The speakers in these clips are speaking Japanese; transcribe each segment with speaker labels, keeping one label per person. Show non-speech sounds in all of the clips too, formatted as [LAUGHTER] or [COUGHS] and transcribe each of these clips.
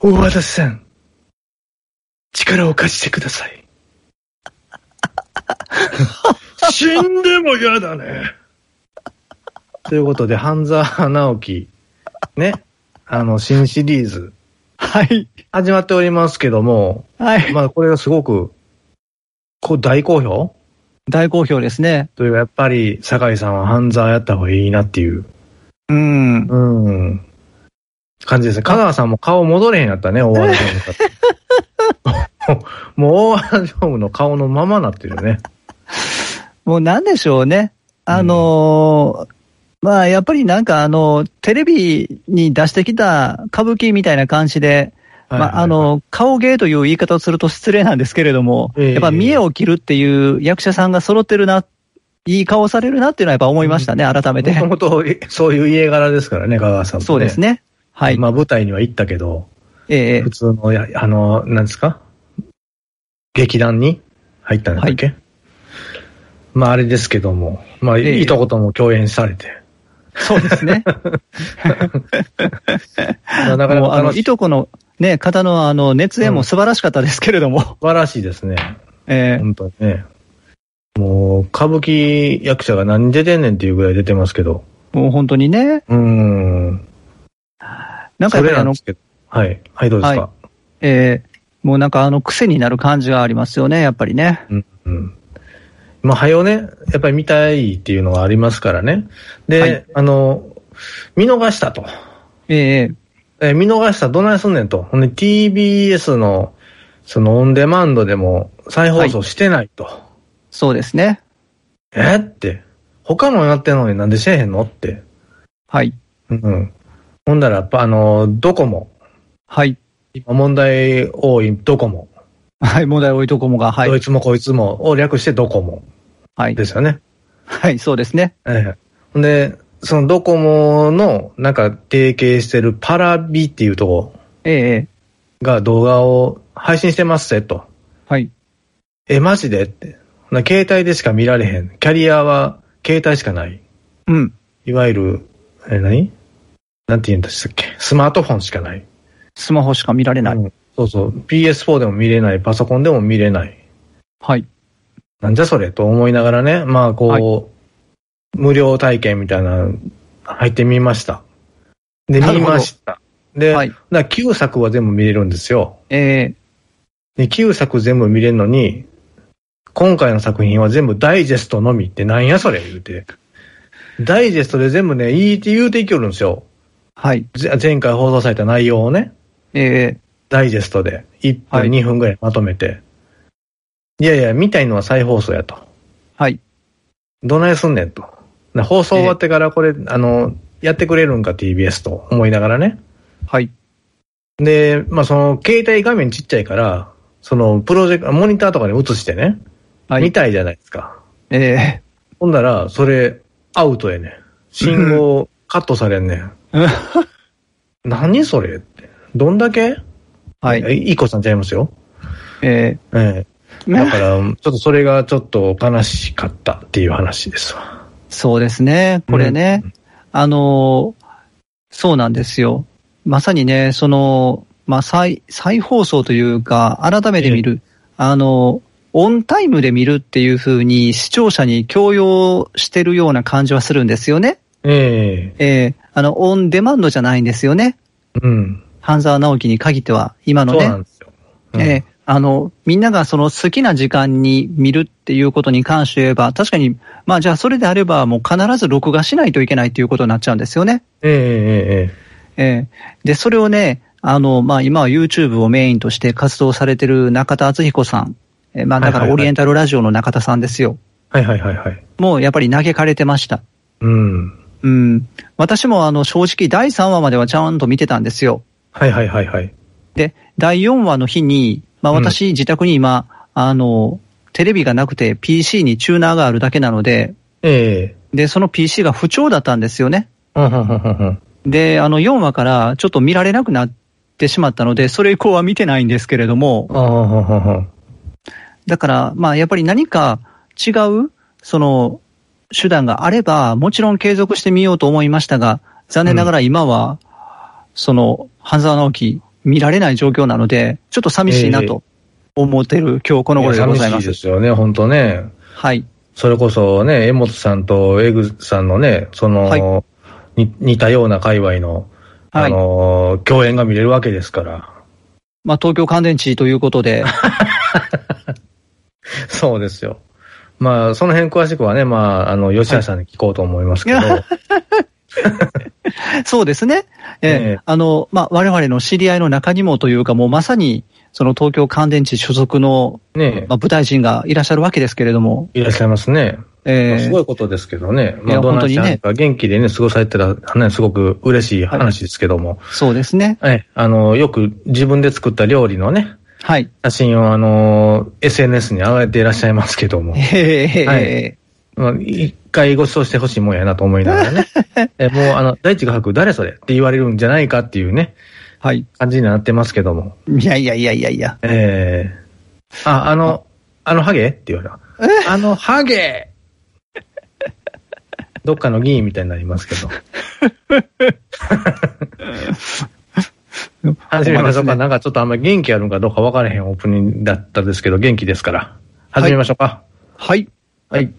Speaker 1: 大和田さん、力を貸してください。死んでも嫌だね。ということで、半沢直樹、ね、あの、新シリーズ、
Speaker 2: はい。
Speaker 1: 始まっておりますけども、
Speaker 2: はい。
Speaker 1: まあ、これがすごく、こう、大好評
Speaker 2: 大好評ですね。
Speaker 1: というか、やっぱり、酒井さんは半沢やった方がいいなっていう、
Speaker 2: うん。
Speaker 1: うん、感じですね。香川さんも顔戻れへんやった
Speaker 2: [LAUGHS]
Speaker 1: ね、大和田さんもう大和田常務の顔のままなってるね。
Speaker 2: もうなんでしょうね。あのーまあやっぱりなんかあの、テレビに出してきた歌舞伎みたいな感じで、
Speaker 1: はい
Speaker 2: まあ、あ、の、顔芸という言い方をすると失礼なんですけれども、
Speaker 1: ええ
Speaker 2: やっぱ見栄を切るっていう役者さんが揃ってるな、いい顔をされるなっていうのはやっぱ思いましたね、改め
Speaker 1: も
Speaker 2: て。
Speaker 1: ともとそういう家柄ですからね、香川さんも、
Speaker 2: そうです。ね。はい。
Speaker 1: まあ舞台には行ったけど、
Speaker 2: ええ
Speaker 1: 普通のや、あの、なんですか劇団に入ったんだっけ、まああれですけども、まあ
Speaker 2: ええ
Speaker 1: いいとことも共演され
Speaker 2: [LAUGHS]
Speaker 1: て、
Speaker 2: そうですね。
Speaker 1: ま [LAUGHS] あなかな
Speaker 2: もう
Speaker 1: か
Speaker 2: あの、
Speaker 1: 楽しい
Speaker 2: い
Speaker 1: 素
Speaker 2: とこのね、方のあの、熱演
Speaker 1: うん
Speaker 2: も素晴らしかったですけれども、
Speaker 1: 晴らしいですね。
Speaker 2: ええ
Speaker 1: 本当にね。もう、歌舞伎役者が何出てんねんっていうぐらい出てますけど。
Speaker 2: もう本当にね、
Speaker 1: うーん。
Speaker 2: なん
Speaker 1: そ
Speaker 2: かやっぱ
Speaker 1: れ
Speaker 2: り
Speaker 1: な
Speaker 2: あ
Speaker 1: ん
Speaker 2: の
Speaker 1: で、すけど。はい。はい、どうですか、
Speaker 2: はええもうなんかあの、癖になる感じがありますよね、やっぱりね。
Speaker 1: うんうん。まあ、はよね、やっぱり見たいっていうのがありますからね。で、
Speaker 2: はい
Speaker 1: あの、見逃したと。
Speaker 2: ええ
Speaker 1: えー見逃したらどないすんねんと。ほんで、TBS の、そのオンデマンドでも再放送してないと。
Speaker 2: そうですね。
Speaker 1: えって。他のやってんのになんでせえへんのって。
Speaker 2: はい。
Speaker 1: うん。ほんだら、やっぱあの、ドコモ。
Speaker 2: はい。 [LAUGHS]
Speaker 1: 今問題多いドコモ。
Speaker 2: はい、問題多いとこもが、は
Speaker 1: ど
Speaker 2: い。
Speaker 1: いつもこいつもを略してドコモ
Speaker 2: はい
Speaker 1: で。すよね。
Speaker 2: はい、そうですね。
Speaker 1: ええほんで、そのドコモのなんか提携してるパラビっていうとこ
Speaker 2: ええ
Speaker 1: が動画を配信してますぜと。
Speaker 2: はい。
Speaker 1: え、マジでって。ほな携帯でしか見られへん。キャリアは携帯しかない。
Speaker 2: うん。
Speaker 1: いわゆる、え、何なんて言うんでしたっけスマートフォンしかない。
Speaker 2: スマホしか見られない。
Speaker 1: うんそうそう。PS4 でも見れない。パソコンでも見れない。
Speaker 2: はい。
Speaker 1: なんじゃそれと思いながらね、まあこう、
Speaker 2: はい
Speaker 1: 無料体験みたいなの入ってみました。で、
Speaker 2: なる
Speaker 1: 見
Speaker 2: ほど
Speaker 1: ました。で、
Speaker 2: はい。
Speaker 1: だ9作は全部見れるんですよ。
Speaker 2: ええ
Speaker 1: で、9作全部見れるのに、今回の作品は全部ダイジェストのみってなんやそれ言うて。ダイジェストで全部ね、いいって言うてきよるんですよ。
Speaker 2: はい。
Speaker 1: ぜ前回放送された内容をね、
Speaker 2: ええ
Speaker 1: ダイジェストで1分、
Speaker 2: はい
Speaker 1: 2分ぐらいまとめて。いやいや、見たいのは再放送やと。
Speaker 2: はい。
Speaker 1: どないすんねんと。な放送終わってからこれ、あの、やってくれるんか TBS と思いながらね。
Speaker 2: はい。
Speaker 1: で、まあその、携帯画面ちっちゃいから、その、プロジェクト、モニターとかに映してね、
Speaker 2: は
Speaker 1: 見
Speaker 2: い。
Speaker 1: たいじゃないですか。
Speaker 2: ええ
Speaker 1: ほんなら、それ、アウトやねん。信
Speaker 2: [LAUGHS]
Speaker 1: 号カットされんねん。何それって。どんだけ
Speaker 2: はい。
Speaker 1: えいい子さんちゃいますよ。
Speaker 2: え
Speaker 1: ええ。
Speaker 2: え [LAUGHS]
Speaker 1: だから、ちょっとそれがちょっと悲しかったっていう話ですわ。
Speaker 2: そうですね。これね。あのーそうなんですよ。まさにね、その、まあ、再、再放送というか、改めて見る。あのーオンタイムで見るっていう風に視聴者に強要してるような感じはするんですよね。
Speaker 1: え
Speaker 2: ええあの、オンデマンドじゃないんですよね。
Speaker 1: え。うん。
Speaker 2: 半沢直樹に限っては、今の
Speaker 1: そうな
Speaker 2: ね
Speaker 1: ん。ですよ。うん
Speaker 2: ええあの、みんながその好きな時間に見るっていうことに関して言えば、確かに、まあじゃあそれであればもう必ず録画しないといけないということになっちゃうんですよね。
Speaker 1: えええええ
Speaker 2: ええで、それをね、あの、まあ今は YouTube をメインとして活動されてる中田敦彦さん。えまあだか
Speaker 1: はいはいは
Speaker 2: ら
Speaker 1: い
Speaker 2: オリエンタルラジオの中田さんですよ。
Speaker 1: え。はいはいはいはい。
Speaker 2: もうやっぱり嘆かれてました。
Speaker 1: うん。
Speaker 2: うん。私もあの正直第3話まではちゃんと見てたんですよ。
Speaker 1: はいはいはいはい。
Speaker 2: で、第4話の日に、まあ
Speaker 1: うん
Speaker 2: 私自宅に今、あの、テレビがなくて PC にチューナーがあるだけなので、
Speaker 1: ええ。
Speaker 2: で、その PC が不調だったんですよね。
Speaker 1: うんうんうんうんうん。
Speaker 2: で、あの4話からちょっと見られなくなってしまったので、それ以降は見てないんですけれども、
Speaker 1: ああ、はんはんはん。
Speaker 2: だから、まあやっぱり何か違う、その、手段があれば、もちろん継続してみようと思いましたが、残念ながら今は、その、半沢直樹見られない状況なので、ちょっと寂しいなと思ってる、今日この頃でご
Speaker 1: 寂
Speaker 2: ざいま
Speaker 1: しい
Speaker 2: す。
Speaker 1: ですよね、本当ね。
Speaker 2: はい。
Speaker 1: それこそね、江本さんとエグさんのね、その、
Speaker 2: はい
Speaker 1: に似たような界隈の、
Speaker 2: は
Speaker 1: あ
Speaker 2: い。
Speaker 1: のー共演が見れるわけですから。
Speaker 2: まあ、東京乾電池ということで、 [LAUGHS]
Speaker 1: そうですよ。まあ、その辺詳しくはね、まあ、あの、吉谷さんに聞こうと思いますけど、
Speaker 2: はそうですね。ええ
Speaker 1: ええ
Speaker 2: あの、まあ、我々の知り合いの中にもというか、もうまさに、その東京乾電池所属の、
Speaker 1: ね
Speaker 2: ま、あ、舞台人がいらっしゃるわけですけれども、
Speaker 1: いらっしゃいますね。まあ
Speaker 2: ええ
Speaker 1: すごいことですけどね。
Speaker 2: い
Speaker 1: まあ、
Speaker 2: や
Speaker 1: どうなっ
Speaker 2: 本当に
Speaker 1: ち
Speaker 2: ね
Speaker 1: ゃうか、元気でね、過ごされてたら、ね、すごく嬉しい話ですけども。
Speaker 2: そうですね。
Speaker 1: はい。あの、よく自分で作った料理のね、
Speaker 2: はい。
Speaker 1: 写真をあの、SNS に上げていらっしゃいますけども
Speaker 2: え。え
Speaker 1: はいまあ、一回ご馳走してほしいもんやなと思いながらね。えもう、あの、大地画伯誰それって言われるんじゃないかっていうね、
Speaker 2: はい。
Speaker 1: 感じになってますけども。
Speaker 2: いやいやいやいやいや。
Speaker 1: ええあ、あの、あのハゲって言われた。あのハゲどっかの議員みたいになりますけど。初めましょうか。なんかちょっとあんまり元気あるんかどうか分からへんオープニングだったですけど、元気ですから。始めましょうか。
Speaker 2: はい。
Speaker 1: はい。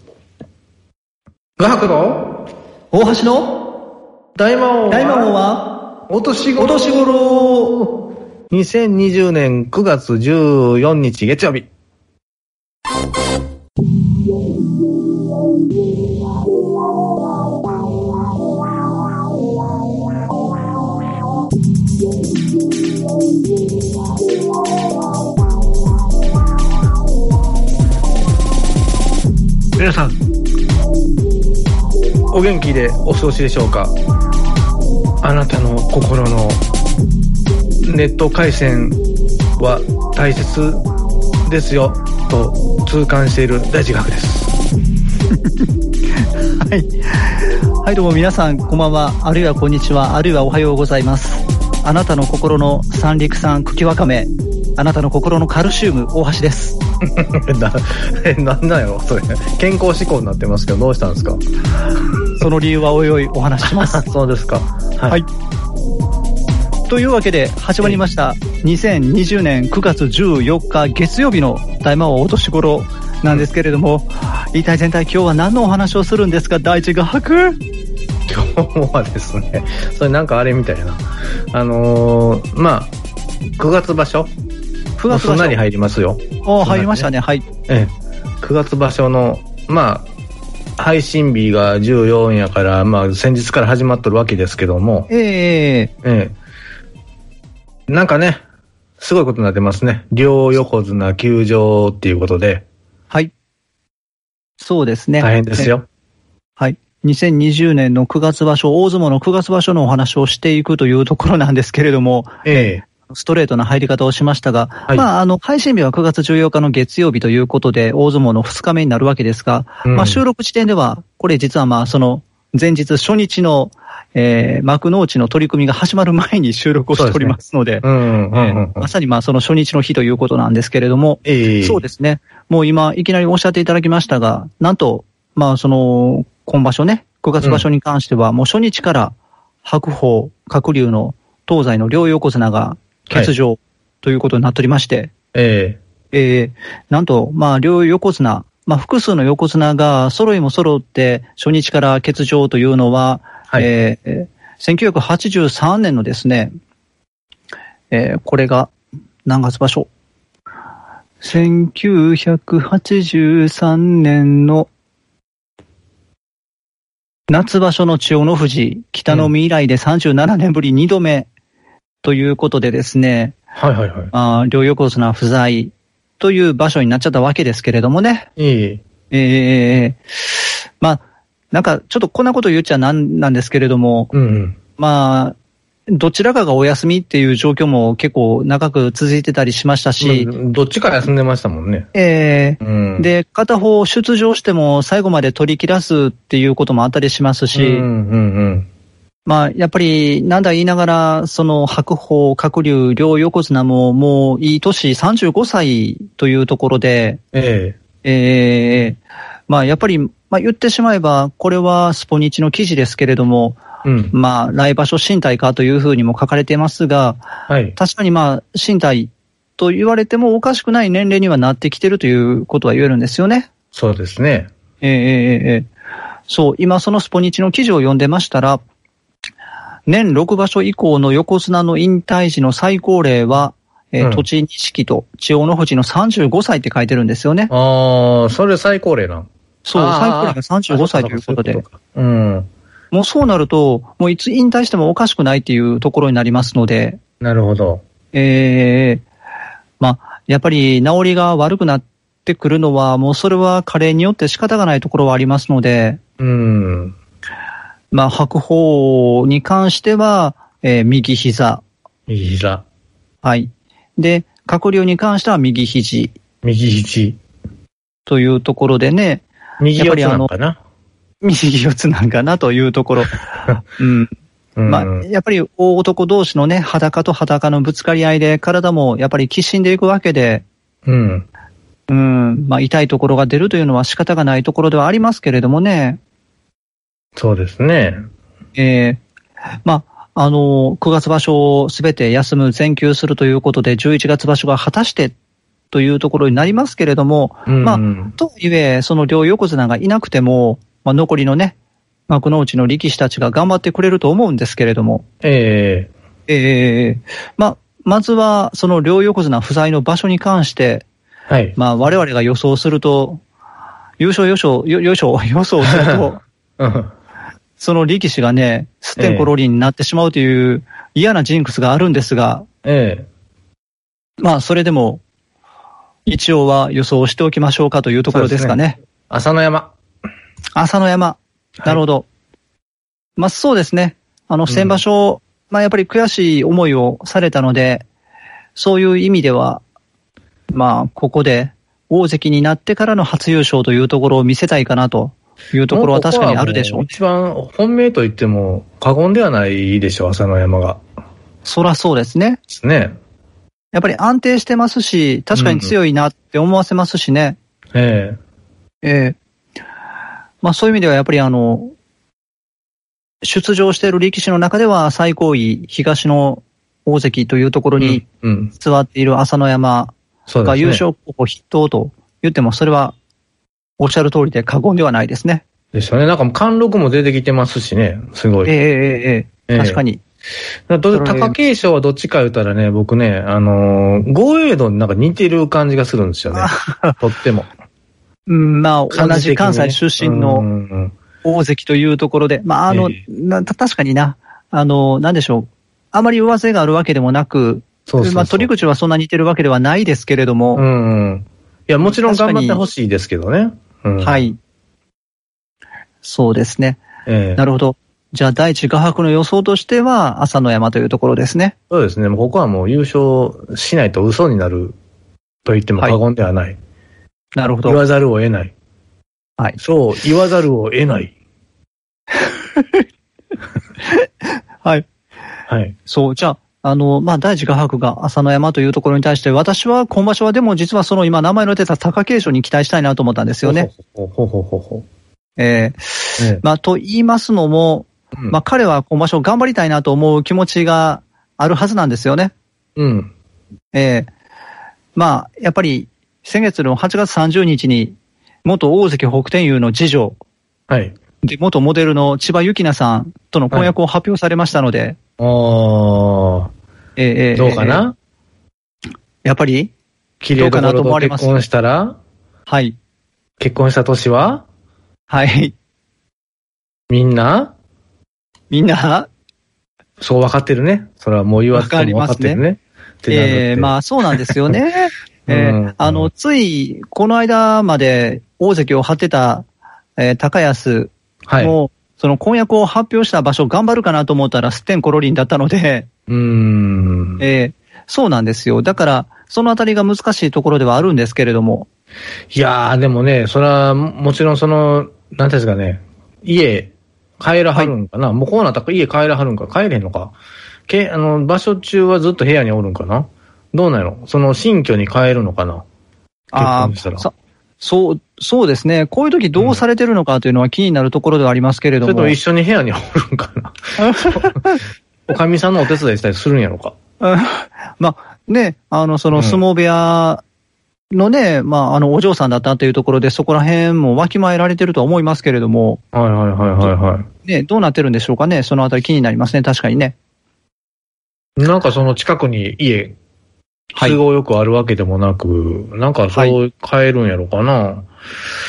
Speaker 1: 画伯の
Speaker 2: 大橋の
Speaker 1: 大魔王。
Speaker 2: 大魔王は、
Speaker 1: お年
Speaker 2: お
Speaker 1: 頃。
Speaker 2: 年頃
Speaker 1: 2020年9月14日月曜日。皆さん、お元気でお過ごしでしょうかあなたの心のネット回線は大切ですよと痛感している大地学です。 [LAUGHS]
Speaker 2: はい、どうも皆さん、こんばんは、あるいはこんにちは、あるいはおはようございます。あなたの心の三陸産茎わかめ、あなたの心のカルシウム、大橋です。
Speaker 1: な、え、なんなんやろそれ。健康志向になってますけど、どうしたんですか [LAUGHS]
Speaker 2: その理由はおいおいお話しします。
Speaker 1: そうですか。は [LAUGHS]
Speaker 2: はい。というわけで、始まりました、2020年9月14日月曜日の大魔王お年頃なんですけれども、一体全体今日は何のお話をするんですか、大地画伯
Speaker 1: 今日はですね、それなんかあれみたいな。あのー、まあ、9月場所
Speaker 2: ?9 月
Speaker 1: すんなり入りますよ。
Speaker 2: お入りましたね、はい。
Speaker 1: ええ、9月場所の、まあ、配信日が14やから、まあ、先日から始まっとるわけですけども、
Speaker 2: ええ
Speaker 1: ええ、なんかね、すごいことになってますね。両横綱休場っていうことで、
Speaker 2: はい。そうですね。
Speaker 1: 大変ですよ。
Speaker 2: はい。2020年の9月場所、大相撲の9月場所のお話をしていくというところなんですけれども、
Speaker 1: ええ、
Speaker 2: ストレートな入り方をしましたが、
Speaker 1: い
Speaker 2: まあ、あの、配信日は9月14日の月曜日ということで、大相撲の2日目になるわけですが、
Speaker 1: うん
Speaker 2: まあ、収録時点では、これ実はまあ、その、前日初日の、えー、幕内の取り組みが始まる前に収録をしておりますので、
Speaker 1: うん、うん、う
Speaker 2: え
Speaker 1: ん
Speaker 2: ー。まさにまあ、その初日の日ということなんですけれども、
Speaker 1: ええ、
Speaker 2: そうですね。もう今、いきなりおっしゃっていただきましたが、なんと、まあ、その、今場所ね、9月場所に関しては、もう初日から、白鵬、鶴竜の東西の両横綱が欠場、ということになっておりまして、
Speaker 1: え
Speaker 2: えー、なんと、まあ、両横綱、まあ、複数の横綱が揃いも揃って、初日から欠場というのは、
Speaker 1: はい
Speaker 2: えー1983年のですね、えーこれが、何月場所 ?1983 年の夏場所の千代の富士、北の海以来で37年ぶり2度目ということでですね、
Speaker 1: え、はいはいはい。
Speaker 2: あー両横綱不在という場所になっちゃったわけですけれどもね。
Speaker 1: ええ、
Speaker 2: えー、まあ、なんかちょっとこんなこと言っちゃなんなんですけれども、
Speaker 1: うん、うん。
Speaker 2: まあ、どちらかがお休みっていう状況も結構長く続いてたりしましたし、
Speaker 1: まあどっちか休んでましたもんね。
Speaker 2: えー
Speaker 1: うん。、
Speaker 2: で、片方出場しても最後まで取り切らすっていうこともあったりします
Speaker 1: うん、
Speaker 2: し、
Speaker 1: うん、うん。
Speaker 2: まあ、やっぱり、なんだ言いながら、その、白鵬、鶴竜、両横綱も、もう、いい年、35歳というところで、
Speaker 1: え
Speaker 2: ええまあ、やっぱり、まあ、言ってしまえば、これはスポニチの記事ですけれども、
Speaker 1: うん。
Speaker 2: まあ、来場所身体かというふうにも書かれていますが、
Speaker 1: はい。
Speaker 2: 確かにまあ、身体と言われてもおかしくない年齢にはなってきてるということは言えるんですよね。
Speaker 1: そうですね。
Speaker 2: ええええええそう、今そのスポニチの記事を読んでましたら、年6場所以降の横綱の引退時の最高齢は、えー
Speaker 1: うん
Speaker 2: 栃木式と千代の富士の35歳って書いてるんですよね。
Speaker 1: ああ、それ最高齢なん。
Speaker 2: そう、
Speaker 1: あー
Speaker 2: 最高齢が35歳ということで。
Speaker 1: そうかうん。
Speaker 2: もうそうなると、もういつ引退してもおかしくないっていうところになりますので、
Speaker 1: なるほど。
Speaker 2: ええまあ、やっぱり治りが悪くなってくるのは、もうそれは加齢によって仕方がないところはありますので、
Speaker 1: うん。
Speaker 2: まあ、白鵬に関しては、えー右膝。
Speaker 1: 右膝。
Speaker 2: はい。で、閣僚に関しては右肘
Speaker 1: 右肘。
Speaker 2: というところでね、 [LAUGHS]
Speaker 1: 右四つなんかな。
Speaker 2: 右四つなんかなというところ。うん。
Speaker 1: うん。
Speaker 2: まあ、やっぱり大男同士のね、裸と裸のぶつかり合いで、体もやっぱりきしんでいくわけで、
Speaker 1: うん。
Speaker 2: うん、まあ、痛いところが出るというのは仕方がないところではありますけれどもね、
Speaker 1: そうですね。
Speaker 2: えーまあ、あの、9月場所をすべて休む、全休するということで、11月場所が果たしてというところになりますけれども、
Speaker 1: うん。
Speaker 2: まあとはいえ、その両横綱がいなくても、まあ、残りのね、幕内の力士たちが頑張ってくれると思うんですけれども、
Speaker 1: ええ
Speaker 2: ええまあ、まずは、その両横綱不在の場所に関して、
Speaker 1: はい。
Speaker 2: まあ、我々が予想すると、優勝予想、よよいしょ、予想すると、
Speaker 1: うん
Speaker 2: その力士がね、すってんころりんになってしまうという嫌なジンクスがあるんですが、
Speaker 1: え
Speaker 2: まあ、それでも、一応は予想しておきましょうかというところですかね。
Speaker 1: え浅野山。
Speaker 2: 朝の山。なるほど。まあそうですね。あの、先場所、まあやっぱり悔しい思いをされたので、そういう意味では、まあここで大関になってからの初優勝というところを見せたいかなというところは確かにあるでしょう。
Speaker 1: もうここはもう一番本命と言っても過言ではないでしょう、浅野山が。
Speaker 2: そらそうですね。
Speaker 1: ですね。
Speaker 2: やっぱり安定してますし、確かに強いなって思わせますしね。
Speaker 1: ええ
Speaker 2: ええまあそういう意味ではやっぱりあの、出場している力士の中では最高位東の大関というところに
Speaker 1: うん。うん
Speaker 2: 座っている朝乃山
Speaker 1: そうです
Speaker 2: が
Speaker 1: ね。
Speaker 2: 優勝候補筆頭と言ってもそれはおっしゃる通りで過言ではないですね。
Speaker 1: ですよね。なんか貫禄も出てきてますしね。すごい。
Speaker 2: えええええ
Speaker 1: え
Speaker 2: え
Speaker 1: え
Speaker 2: 確かに。
Speaker 1: だからどうせ貴景勝はどっちか言うたらね、僕ね、あのー、豪栄道になんか似てる感じがするんで
Speaker 2: [LAUGHS]
Speaker 1: すよね。とっても。
Speaker 2: うんまあ同
Speaker 1: 感
Speaker 2: じ
Speaker 1: 的に
Speaker 2: 関
Speaker 1: ね
Speaker 2: 西出身
Speaker 1: う
Speaker 2: の
Speaker 1: んうん
Speaker 2: 大関というところで、まああの、
Speaker 1: ええ
Speaker 2: な確かにな、あの、なんでしょう。あまり上背があるわけでもなく、
Speaker 1: そうそうそう。
Speaker 2: まあ取り口はそんなに似てるわけではないですけれども、
Speaker 1: うんうん。いや、もちろん頑張ってほしいですけどね。うん
Speaker 2: はい。そうですね。
Speaker 1: ええ
Speaker 2: なるほど。じゃあ、第一画伯の予想としては、朝の山というところですね。
Speaker 1: そうですね。もうここはもう優勝しないと嘘になると言っても過言ではない。
Speaker 2: なるほ
Speaker 1: 言
Speaker 2: ど。
Speaker 1: わざるを得ない。
Speaker 2: はい
Speaker 1: そう、言わざるを得ない。
Speaker 2: [LAUGHS] はい。
Speaker 1: はい。
Speaker 2: そう、じゃあ、あの、まあ、第一画伯が朝の山というところに対して、私は今場所はでも実はその今名前の出た貴景勝に期待したいなと思ったんですよね。
Speaker 1: ほうほうほうほうほうほ
Speaker 2: ええ
Speaker 1: う。ね
Speaker 2: まあ、と言いますのも、
Speaker 1: うん
Speaker 2: まあ、彼は今場所頑張りたいなと思う気持ちがあるはずなんですよね。
Speaker 1: うん。
Speaker 2: ええまあ、やっぱり、先月の8月30日に、元大関北天佑の次女
Speaker 1: はい。
Speaker 2: で、元モデルの千葉ゆきなさんとの婚約を発表されましたので、
Speaker 1: あー、
Speaker 2: ええええ
Speaker 1: どうかな
Speaker 2: やっぱり
Speaker 1: 綺麗どころと結婚したら
Speaker 2: はい。
Speaker 1: 結婚した年は
Speaker 2: はい。
Speaker 1: みんな
Speaker 2: みんな、
Speaker 1: そう分かってるね。それはもう言わずとも分
Speaker 2: わ
Speaker 1: か
Speaker 2: かりま
Speaker 1: っ
Speaker 2: すね
Speaker 1: てるね。ってなるって
Speaker 2: ええまあそうなんですよ
Speaker 1: [LAUGHS]
Speaker 2: ね。ええ
Speaker 1: うん
Speaker 2: あの、つい、この間まで大関を張ってた、えー高安
Speaker 1: はい。
Speaker 2: も、その婚約を発表した場所頑張るかなと思ったらすってんころりんだったので、
Speaker 1: うーん。
Speaker 2: ええそうなんですよ。だから、そのあたりが難しいところではあるんですけれども、
Speaker 1: いやー、でもね、それはももちろんその、なんていうんですかね、家、帰らはるんかな、もうこうなったら家帰らはるんか帰れへんのかけ、あの、場所中はずっと部屋におるんかなどうなんやろその新居に帰るのかな結
Speaker 2: あ
Speaker 1: 婚したら
Speaker 2: あ、そそうそうですね。こういう時どうされてるのかというのは気になるところではありますけれど
Speaker 1: そ
Speaker 2: も。
Speaker 1: れとも一緒に部屋におるんか [LAUGHS] な。おかみさんのお手伝いしたりするんやろか。
Speaker 2: うん [LAUGHS] まあ、ね、あの、そうの
Speaker 1: ん
Speaker 2: 相撲部屋のね、まあ、あの、お嬢さんだったというところで、そこら辺もわきまえられてるとは思いますけれども、
Speaker 1: はいはいはいはいは
Speaker 2: ね、どうなってるんでしょうかね。そのあたり気になりますね。確かにね。
Speaker 1: い。なんかその近くに家、
Speaker 2: はい
Speaker 1: 都合よくあるわけでもなく、なんかそう変えるんやろかな。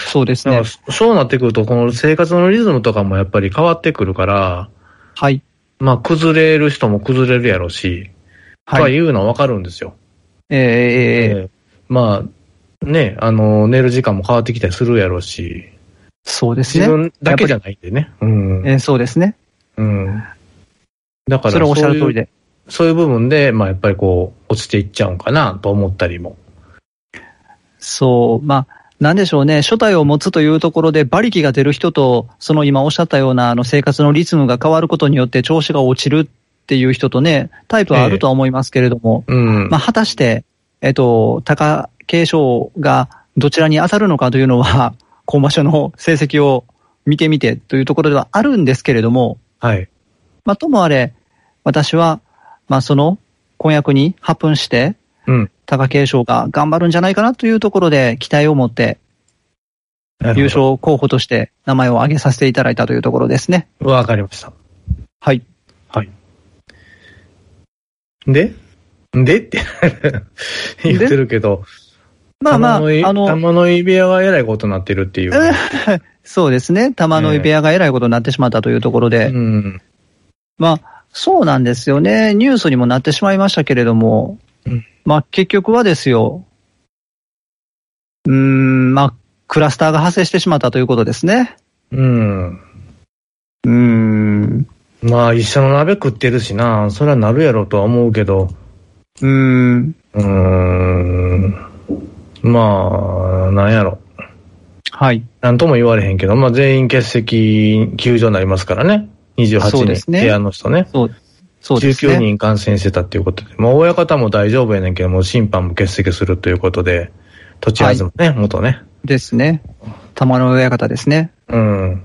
Speaker 2: そうです
Speaker 1: な
Speaker 2: ね
Speaker 1: んか。そうなってくると、この生活のリズムとかもやっぱり変わってくるから、
Speaker 2: はい。
Speaker 1: まあ崩れる人も崩れるやろし、とは
Speaker 2: はい。
Speaker 1: いうのはわかるんですよ。
Speaker 2: えーえー
Speaker 1: ええまあ、ね、あの、寝る時間も変わってきたりするやろうし、
Speaker 2: そうです
Speaker 1: 自
Speaker 2: ね。
Speaker 1: 分だけじゃないんでね。うん。
Speaker 2: えーそうですね。
Speaker 1: うん。だから
Speaker 2: それはおっしゃる通り
Speaker 1: で。
Speaker 2: で。
Speaker 1: そういう部分で、まあやっぱりこう、落ちていっちゃうんかなと思ったりも。
Speaker 2: そう、まあ、なんでしょうね。初体を持つというところで、馬力が出る人と、その今おっしゃったような、あの、生活のリズムが変わることによって調子が落ちるっていう人とね、タイプはあるとは思いますけれども、
Speaker 1: うん。
Speaker 2: まあ、果たして、えっと、貴景勝がどちらに当たるのかというのは、今場所の成績を見てみてというところではあるんですけれども、
Speaker 1: はい。
Speaker 2: まあ、ともあれ、私は、まあ、その婚約に発奮して、
Speaker 1: うん。
Speaker 2: 貴景勝が頑張るんじゃないかなというところで期待を持って優
Speaker 1: なる
Speaker 2: 勝候補として名前を挙げさせていただいたというところですね。
Speaker 1: ほど。わかりました。
Speaker 2: はい。
Speaker 1: はい。ででって言ってるけど、
Speaker 2: まあまあ、
Speaker 1: 玉井
Speaker 2: あの、
Speaker 1: 玉の井部屋がえらいことになってるっていう。
Speaker 2: そうですね。玉の井部屋がえらいことになってしまったというところで、
Speaker 1: うん。
Speaker 2: まあ、そうなんですよね。ニュースにもなってしまいましたけれども、
Speaker 1: うん
Speaker 2: まあ結局はですよ、うーん、まあ、クラスターが発生してしまったということですね。
Speaker 1: うん。
Speaker 2: うーん、
Speaker 1: まあ一緒の鍋食ってるしな、それはなるやろとは思うけど、
Speaker 2: うーん、
Speaker 1: うーん。まあ、なんやろ。
Speaker 2: はい。
Speaker 1: なんとも言われへんけど、まあ全員欠席、休場になりますからね。
Speaker 2: そう
Speaker 1: 28
Speaker 2: です
Speaker 1: 人、
Speaker 2: ね
Speaker 1: 部屋の人ね。
Speaker 2: そう、そうですね。
Speaker 1: 19人感染してたっていうことで、まあ親方も大丈夫やねんけども、審判も欠席するということで、土地はずもね、元ね。
Speaker 2: ですね。玉の親方ですね。
Speaker 1: うん。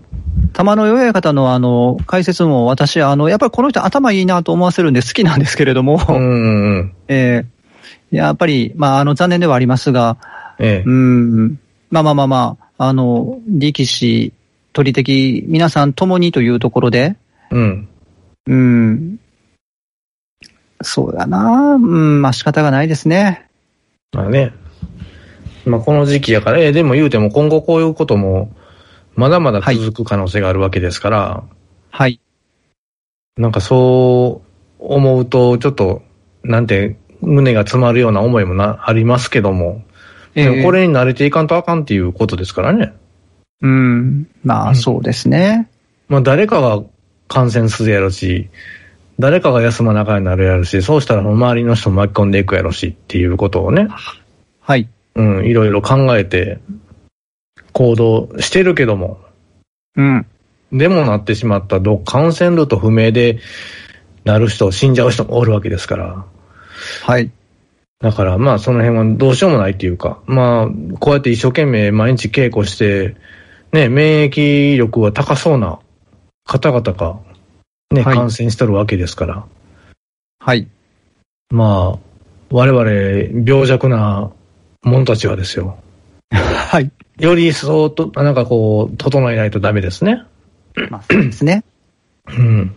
Speaker 2: 玉の親方のあの、解説も私、あの、やっぱりこの人頭いいなと思わせるんで好きなんですけれども、
Speaker 1: うんうん。
Speaker 2: [LAUGHS] えーやっぱり、まあ、あの、残念ではありますが、
Speaker 1: ええ
Speaker 2: う。ん。まあまあまあまあ、あの、力士、鳥的、皆さん共にというところで、
Speaker 1: うん。
Speaker 2: うん。そうだなうん、まあ仕方がないですね。
Speaker 1: まあね。まあこの時期やから、ええ、でも言うても今後こういうことも、まだまだ続く可能性があるわけですから、
Speaker 2: はい。
Speaker 1: なんかそう思うと、ちょっと、なんて、胸が詰まるような思いもな、ありますけども、でもこれに慣れていかんとあかんっていうことですからね。
Speaker 2: うん。まあそうですね。
Speaker 1: まあ誰かが感染するやろし、誰かが休まなあかんようになるやろし、そうしたら周りの人も巻き込んでいくやろしっていうことをね、
Speaker 2: はい。
Speaker 1: うん、いろいろ考えて行動してるけども、
Speaker 2: うん。
Speaker 1: でもなってしまったど感染ルート不明でなる人、死んじゃう人もおるわけですから。
Speaker 2: はい。
Speaker 1: だからまあその辺はどうしようもないっていうか、まあこうやって一生懸命毎日稽古して、ね、免疫力は高そうな方々が、ね、
Speaker 2: はい
Speaker 1: 感染しとるわけですから、
Speaker 2: はい。
Speaker 1: まあ我々病弱な者たちはですよ、
Speaker 2: はい。
Speaker 1: より一層と、なんかこう、整えないとダメですね。
Speaker 2: まあそうですね。
Speaker 1: うん。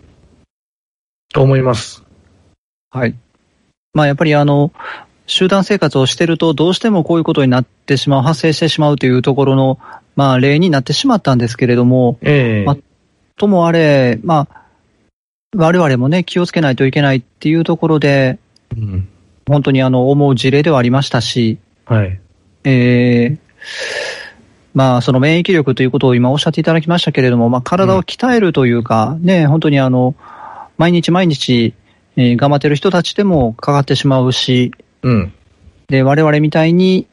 Speaker 1: と思います。
Speaker 2: はい。まあやっぱりあの、集団生活をしてるとどうしてもこういうことになってしまう、発生してしまうというところの、まあ例になってしまったんですけれども、
Speaker 1: ええ
Speaker 2: まともあれ、まあ、我々もね、気をつけないといけないっていうところで、
Speaker 1: うん。
Speaker 2: 本当にあの、思う事例ではありましたし、
Speaker 1: はい。
Speaker 2: えーまあ、その免疫力ということを今おっしゃっていただきましたけれども、まあ、体を鍛えるというか、ね、本当にあの、毎日毎日、えー頑張ってる人たちでもかかってしまうし、
Speaker 1: うん。
Speaker 2: で、我々みたいに、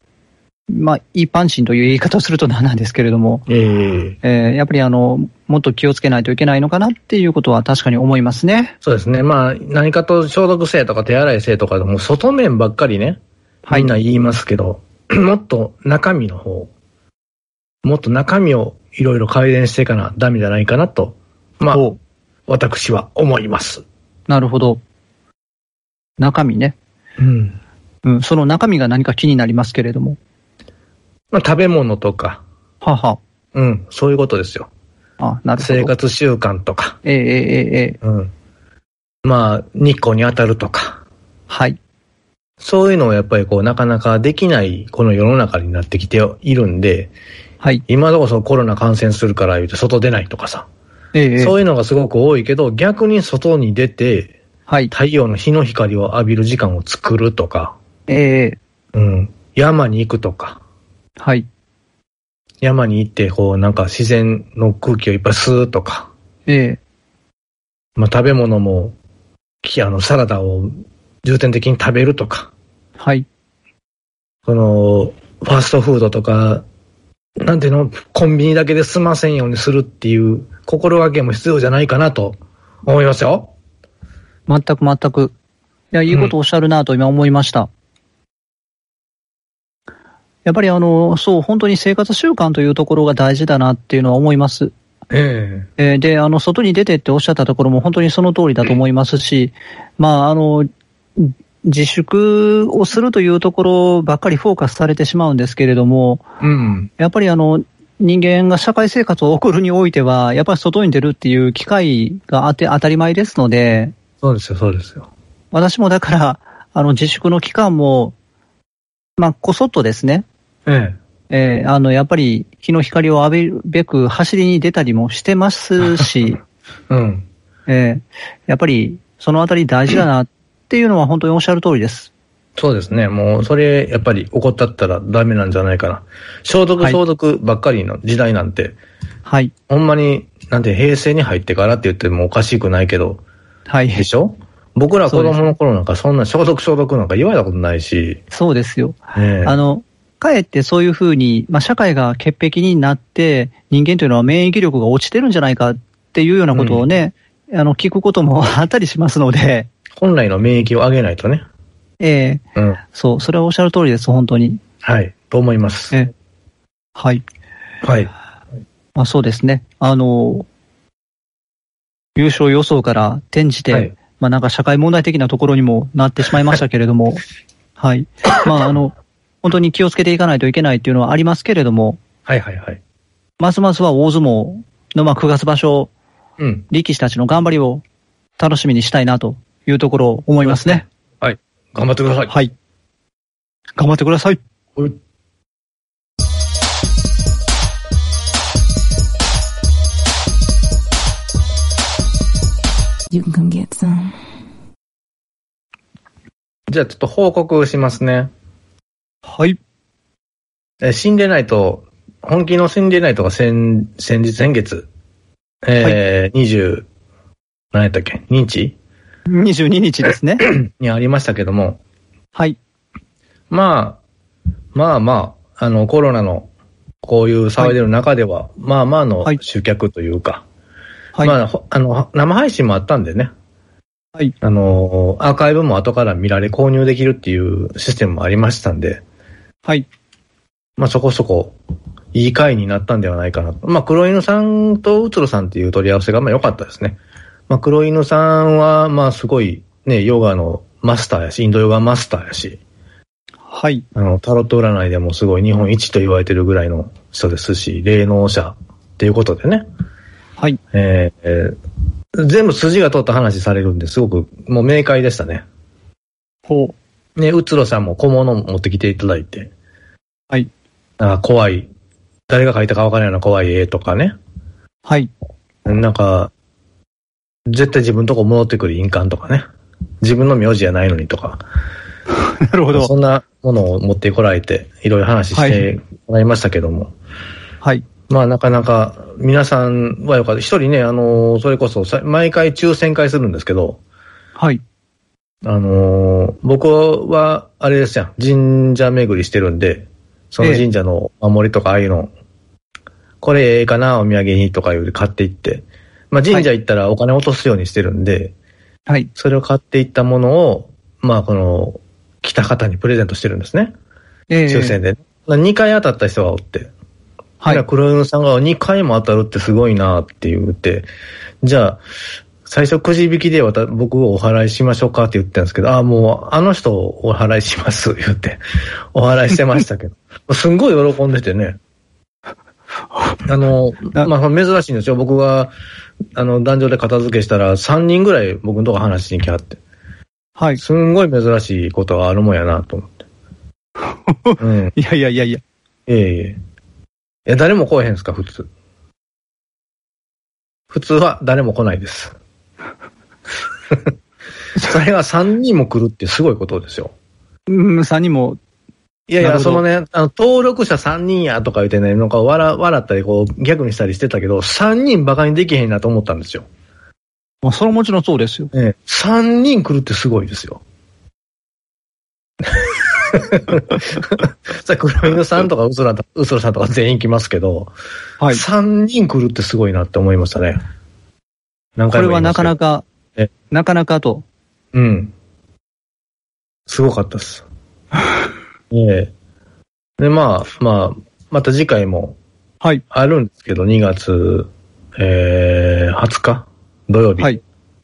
Speaker 2: まあ、一般人という言い方をすると何なんですけれども、
Speaker 1: ええ
Speaker 2: えーやっぱりあの、もっと気をつけないといけないのかなっていうことは確かに思いますね。
Speaker 1: そうですね。まあ、何かと消毒性とか手洗い性とか、もう外面ばっかりね、
Speaker 2: はい
Speaker 1: [CLEARS THROAT] みんな言いますけど、もっと中身の方、もっと中身をいろいろ改善していかなダメじゃないかなと、まあ、
Speaker 2: お
Speaker 1: 私は思います。
Speaker 2: なるほど。中身ね。
Speaker 1: うん。
Speaker 2: うん、その中身が何か気になりますけれども。
Speaker 1: まあ、食べ物とか、
Speaker 2: はは。
Speaker 1: うん、そういうことですよ。
Speaker 2: あ、なるほど。
Speaker 1: 生。活習慣とか、
Speaker 2: ええええええ
Speaker 1: うん。まあ、日光に当たるとか、
Speaker 2: はい。
Speaker 1: そういうのをやっぱりこう、なかなかできない、この世の中になってきているんで、
Speaker 2: はい。
Speaker 1: 今でこそコロナ感染するから言うて外出ないとかさ、
Speaker 2: ええええ
Speaker 1: そういうのがすごく多いけど、逆に外に出て、
Speaker 2: はい。
Speaker 1: 太陽の日の光を浴びる時間を作るとか、
Speaker 2: えええ
Speaker 1: うん、山に行くとか、
Speaker 2: えはい。
Speaker 1: 山に行って、こう、なんか自然の空気をいっぱい吸うとか、
Speaker 2: ええ
Speaker 1: まあ食べ物も、きあの、サラダを重点的に食べるとか、
Speaker 2: はい。
Speaker 1: この、ファーストフードとか、なんていうの、コンビニだけで済ませんようにするっていう心がけも必要じゃないかなと思いますよ。
Speaker 2: 全く全く。いや、いいことおっしゃるなと今思いました。やっぱりあの、そう、本当に生活習慣というところが大事だなっていうのは思います。
Speaker 1: え
Speaker 2: えーで、あの、外に出てっておっしゃったところも本当にその通りだと思いますし、まあ、あの、自粛をするというところばっかりフォーカスされてしまうんですけれども、
Speaker 1: えうん。
Speaker 2: やっぱりあの、人間が社会生活を送るにおいては、やっぱり外に出るっていう機会があって当たり前ですので、
Speaker 1: そうですよ、そうですよ。
Speaker 2: 私もだから、あの、自粛の期間も、まあ、こそっとですね、
Speaker 1: え
Speaker 2: えーあの、やっぱり日の光を浴びるべく走りに出たりもしてます [LAUGHS] し、
Speaker 1: え。うん。
Speaker 2: えーやっぱりそのあたり大事だなっていうのは本当におっしゃる通りです。
Speaker 1: そうですね。もう、それ、やっぱり怠ったらダメなんじゃないかな。消毒、
Speaker 2: はい
Speaker 1: 消毒ばっかりの時代なんて、
Speaker 2: はい。
Speaker 1: ほんまに、なんて、平成に入ってからって言ってもおかしくないけど、
Speaker 2: はい。
Speaker 1: でしょ僕ら子供の頃なんかそんな消毒消毒なんか言われたことないし、
Speaker 2: そうですよ。
Speaker 1: ねえ
Speaker 2: あの、かえってそういうふうに、まあ、社会が潔癖になって、人間というのは免疫力が落ちてるんじゃないかっていうようなことをね、あの、聞くこともあったりしますので、
Speaker 1: 本来の免疫を上げないとね。
Speaker 2: え
Speaker 1: う
Speaker 2: え
Speaker 1: ん。
Speaker 2: そう、それはおっしゃる通りです、本当に。
Speaker 1: はい。と思います。
Speaker 2: ええはい。
Speaker 1: はい。
Speaker 2: まあ、そうですね。あの、優勝予想から転じて、
Speaker 1: はい
Speaker 2: まあなんか社会問題的なところにもなってしまいましたけれども、はい。まああの、本当に気をつけていかないといけないっていうのはありますけれども、
Speaker 1: はいはいはい。
Speaker 2: ますますは大相撲のまあ9月場所、
Speaker 1: うん。
Speaker 2: 力士たちの頑張りを楽しみにしたいなというところを思いますね。
Speaker 1: はい。頑張ってください。
Speaker 2: はい。頑張ってください。
Speaker 1: はい。
Speaker 3: You can come get some.
Speaker 1: じゃあちょっと報告しますね。
Speaker 2: はい。
Speaker 1: えーシンデレナイト、本気のシンデレナイトが先、先日、先月、えー、20、何やったっけ、日
Speaker 2: 22日で
Speaker 1: [LAUGHS]
Speaker 2: すね。
Speaker 1: にありましたけども、
Speaker 2: はい。
Speaker 1: まあ、まあまあ、あの、コロナの、こういう騒いでる中では、まあまあの
Speaker 2: はい
Speaker 1: 集客というか、
Speaker 2: はい。
Speaker 1: まあ、ほあの、生配信もあったんでね、
Speaker 2: はい。
Speaker 1: あの、アーカイブも後から見られ、購入できるっていうシステムもありましたんで、
Speaker 2: はい。
Speaker 1: まあそこそこ、いい回になったんではないかなと。まあ黒犬さんとうつろさんっていう取り合わせがまあ良かったですね。まあ黒犬さんはまあすごいね、ヨガのマスターやし、インドヨガマスターやし、
Speaker 2: はい。
Speaker 1: あの、タロット占いでもすごい日本一と言われてるぐらいの人ですし、霊能者っていうことでね、
Speaker 2: はい。
Speaker 1: えーえー全部筋が通った話されるんですごくもう明快でしたね。
Speaker 2: ほう。
Speaker 1: ね、うつろさんも小物持ってきていただいて。
Speaker 2: はい。
Speaker 1: あ怖い。誰が描いたかわからないような怖い絵とかね。
Speaker 2: はい。
Speaker 1: なんか、絶対自分のとこ戻ってくる印鑑とかね。自分の名字じゃないのにとか。
Speaker 2: なるほど。
Speaker 1: そん [LAUGHS] なものを持ってこられて、いろいろ話してもらいましたけども。
Speaker 2: はい。
Speaker 1: まあなかなか皆さんはよかった。一人ね、あのーそれこそさ毎回抽選会するんですけど、
Speaker 2: はい。
Speaker 1: あのー僕は、あれですやん、神社巡りしてるんで、その
Speaker 2: ええ
Speaker 1: 神社のお守りとかああいうの、これええかな、お土産にとかいうで買っていって、まあ神社行ったらお金落とすようにしてるんで、
Speaker 2: はい。
Speaker 1: それを買っていったものを、まあこの、来た方にプレゼントしてるんですね。
Speaker 2: ええ
Speaker 1: 抽選で。2回当たった人がおって、
Speaker 2: は
Speaker 1: だか
Speaker 2: い
Speaker 1: ら黒犬さんが2回も当たるってすごいなって言って、じゃあ、最初くじ引きでわた僕をお払いしましょうかって言ったんですけど、ああ、もうあの人をお払いします、言って、お払いしてましたけど、 [LAUGHS] すんごい喜んでてね。あの、
Speaker 2: な
Speaker 1: まあ、珍しいんですよ。僕が、あの、壇上で片付けしたら、3人ぐらい僕のとこ話しに来はって。
Speaker 2: はい。
Speaker 1: すんごい珍しいことがあるもんやなと思
Speaker 2: [LAUGHS]
Speaker 1: って。うん。
Speaker 2: いやいやいやいや。
Speaker 1: ええいえ。いや、誰も来えへんすか、普通。普通は誰も来ない
Speaker 2: [LAUGHS]
Speaker 1: です。それが3人も来るってすごいことですよ。
Speaker 2: うん、さんにも、
Speaker 1: いやい
Speaker 2: な
Speaker 1: や、
Speaker 2: るほ
Speaker 1: そ
Speaker 2: ど
Speaker 1: のね、あの、登録者3人やとか言ってね、なんか笑笑ったり、こう、逆にしたりしてたけど、3人馬鹿にできへんなと思ったんですよ。
Speaker 2: まあ、それはもちろんそうですよ。
Speaker 1: ええ、3人来るってすごい
Speaker 2: [LAUGHS]
Speaker 1: ですよ。 [LAUGHS] さあ、黒犬さんとかうすら、うすらさんとか全員来ますけど、
Speaker 2: はい。
Speaker 1: 3人来るってすごいなって思いましたね。何
Speaker 2: こ
Speaker 1: 回
Speaker 2: れ
Speaker 1: も言
Speaker 2: は
Speaker 1: ま
Speaker 2: いな
Speaker 1: すけ
Speaker 2: か
Speaker 1: ど
Speaker 2: なか
Speaker 1: え、
Speaker 2: なかなかと。
Speaker 1: うん。すごかったっ
Speaker 2: [LAUGHS]
Speaker 1: す。ええで、まあ、まあ、また次回も
Speaker 2: はい。
Speaker 1: あるんですけど、2月、えー、20日土曜日
Speaker 2: はい。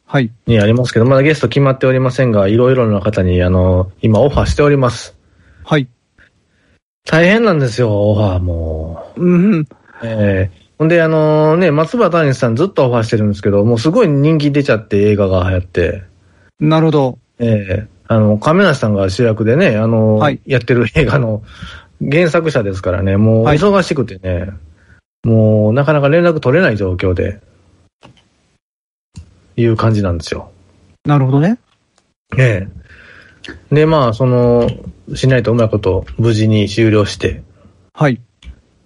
Speaker 2: はい。
Speaker 1: にありますけど、まだゲスト決まっておりませんが、いろいろな方に、あの、今オファーしております。
Speaker 2: はい。
Speaker 1: 大変なんですよ、オファーもう。
Speaker 2: うん。
Speaker 1: ええほんで、あのね、松葉谷さんずっとオファーしてるんですけど、もうすごい人気出ちゃって映画が流行って、
Speaker 2: なるほど。
Speaker 1: ええあの、亀梨さんが主役でね、あの
Speaker 2: はい
Speaker 1: やってる映画の原作者ですからね、もう
Speaker 2: はい
Speaker 1: 忙しくてね、もうなかなか連絡取れない状況で、いう感じなんですよ。
Speaker 2: なるほどね。
Speaker 1: ええで、まあ、その、しないとうまいこと無事に終了して、
Speaker 2: はい。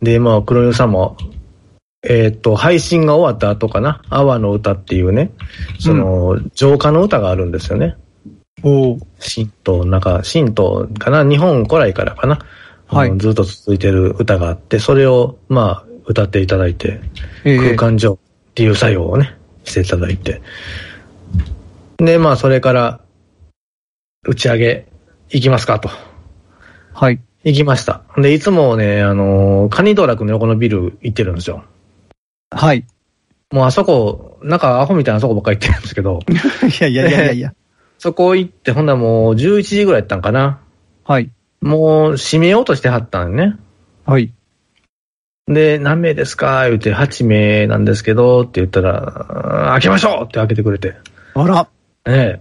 Speaker 1: で、まあ、黒犬さんも、えーっと、配信が終わった後かな、阿波の歌っていうね、その、浄化の歌があるんですよね。
Speaker 2: お
Speaker 1: 神道、なんか、神道かな、日本古来からかな、
Speaker 2: はい
Speaker 1: あのずっと続いてる歌があって、それを、まあ、歌っていただいて、
Speaker 2: え
Speaker 1: 空
Speaker 2: え
Speaker 1: 間上っていう作用をね、していただいて。で、まあ、それから、打ち上げ、行きますかと。
Speaker 2: はい。
Speaker 1: 行きました。で、いつもね、あのーカニ道楽の横のビル行ってるんですよ。
Speaker 2: はい。
Speaker 1: もうあそこ、なんかアホみたいなあそこばっかり行ってるんですけ
Speaker 2: [LAUGHS]
Speaker 1: ど、
Speaker 2: [LAUGHS] いやいやいやいやいや。
Speaker 1: そこ行って、ほんならもう11時ぐらいやったんかな。
Speaker 2: はい。
Speaker 1: もう閉めようとしてはったんね。
Speaker 2: はい。
Speaker 1: で、何名ですか言うて、8名なんですけど、って言ったら、あー開けましょうって開けてくれて。
Speaker 2: あら。
Speaker 1: ねえ。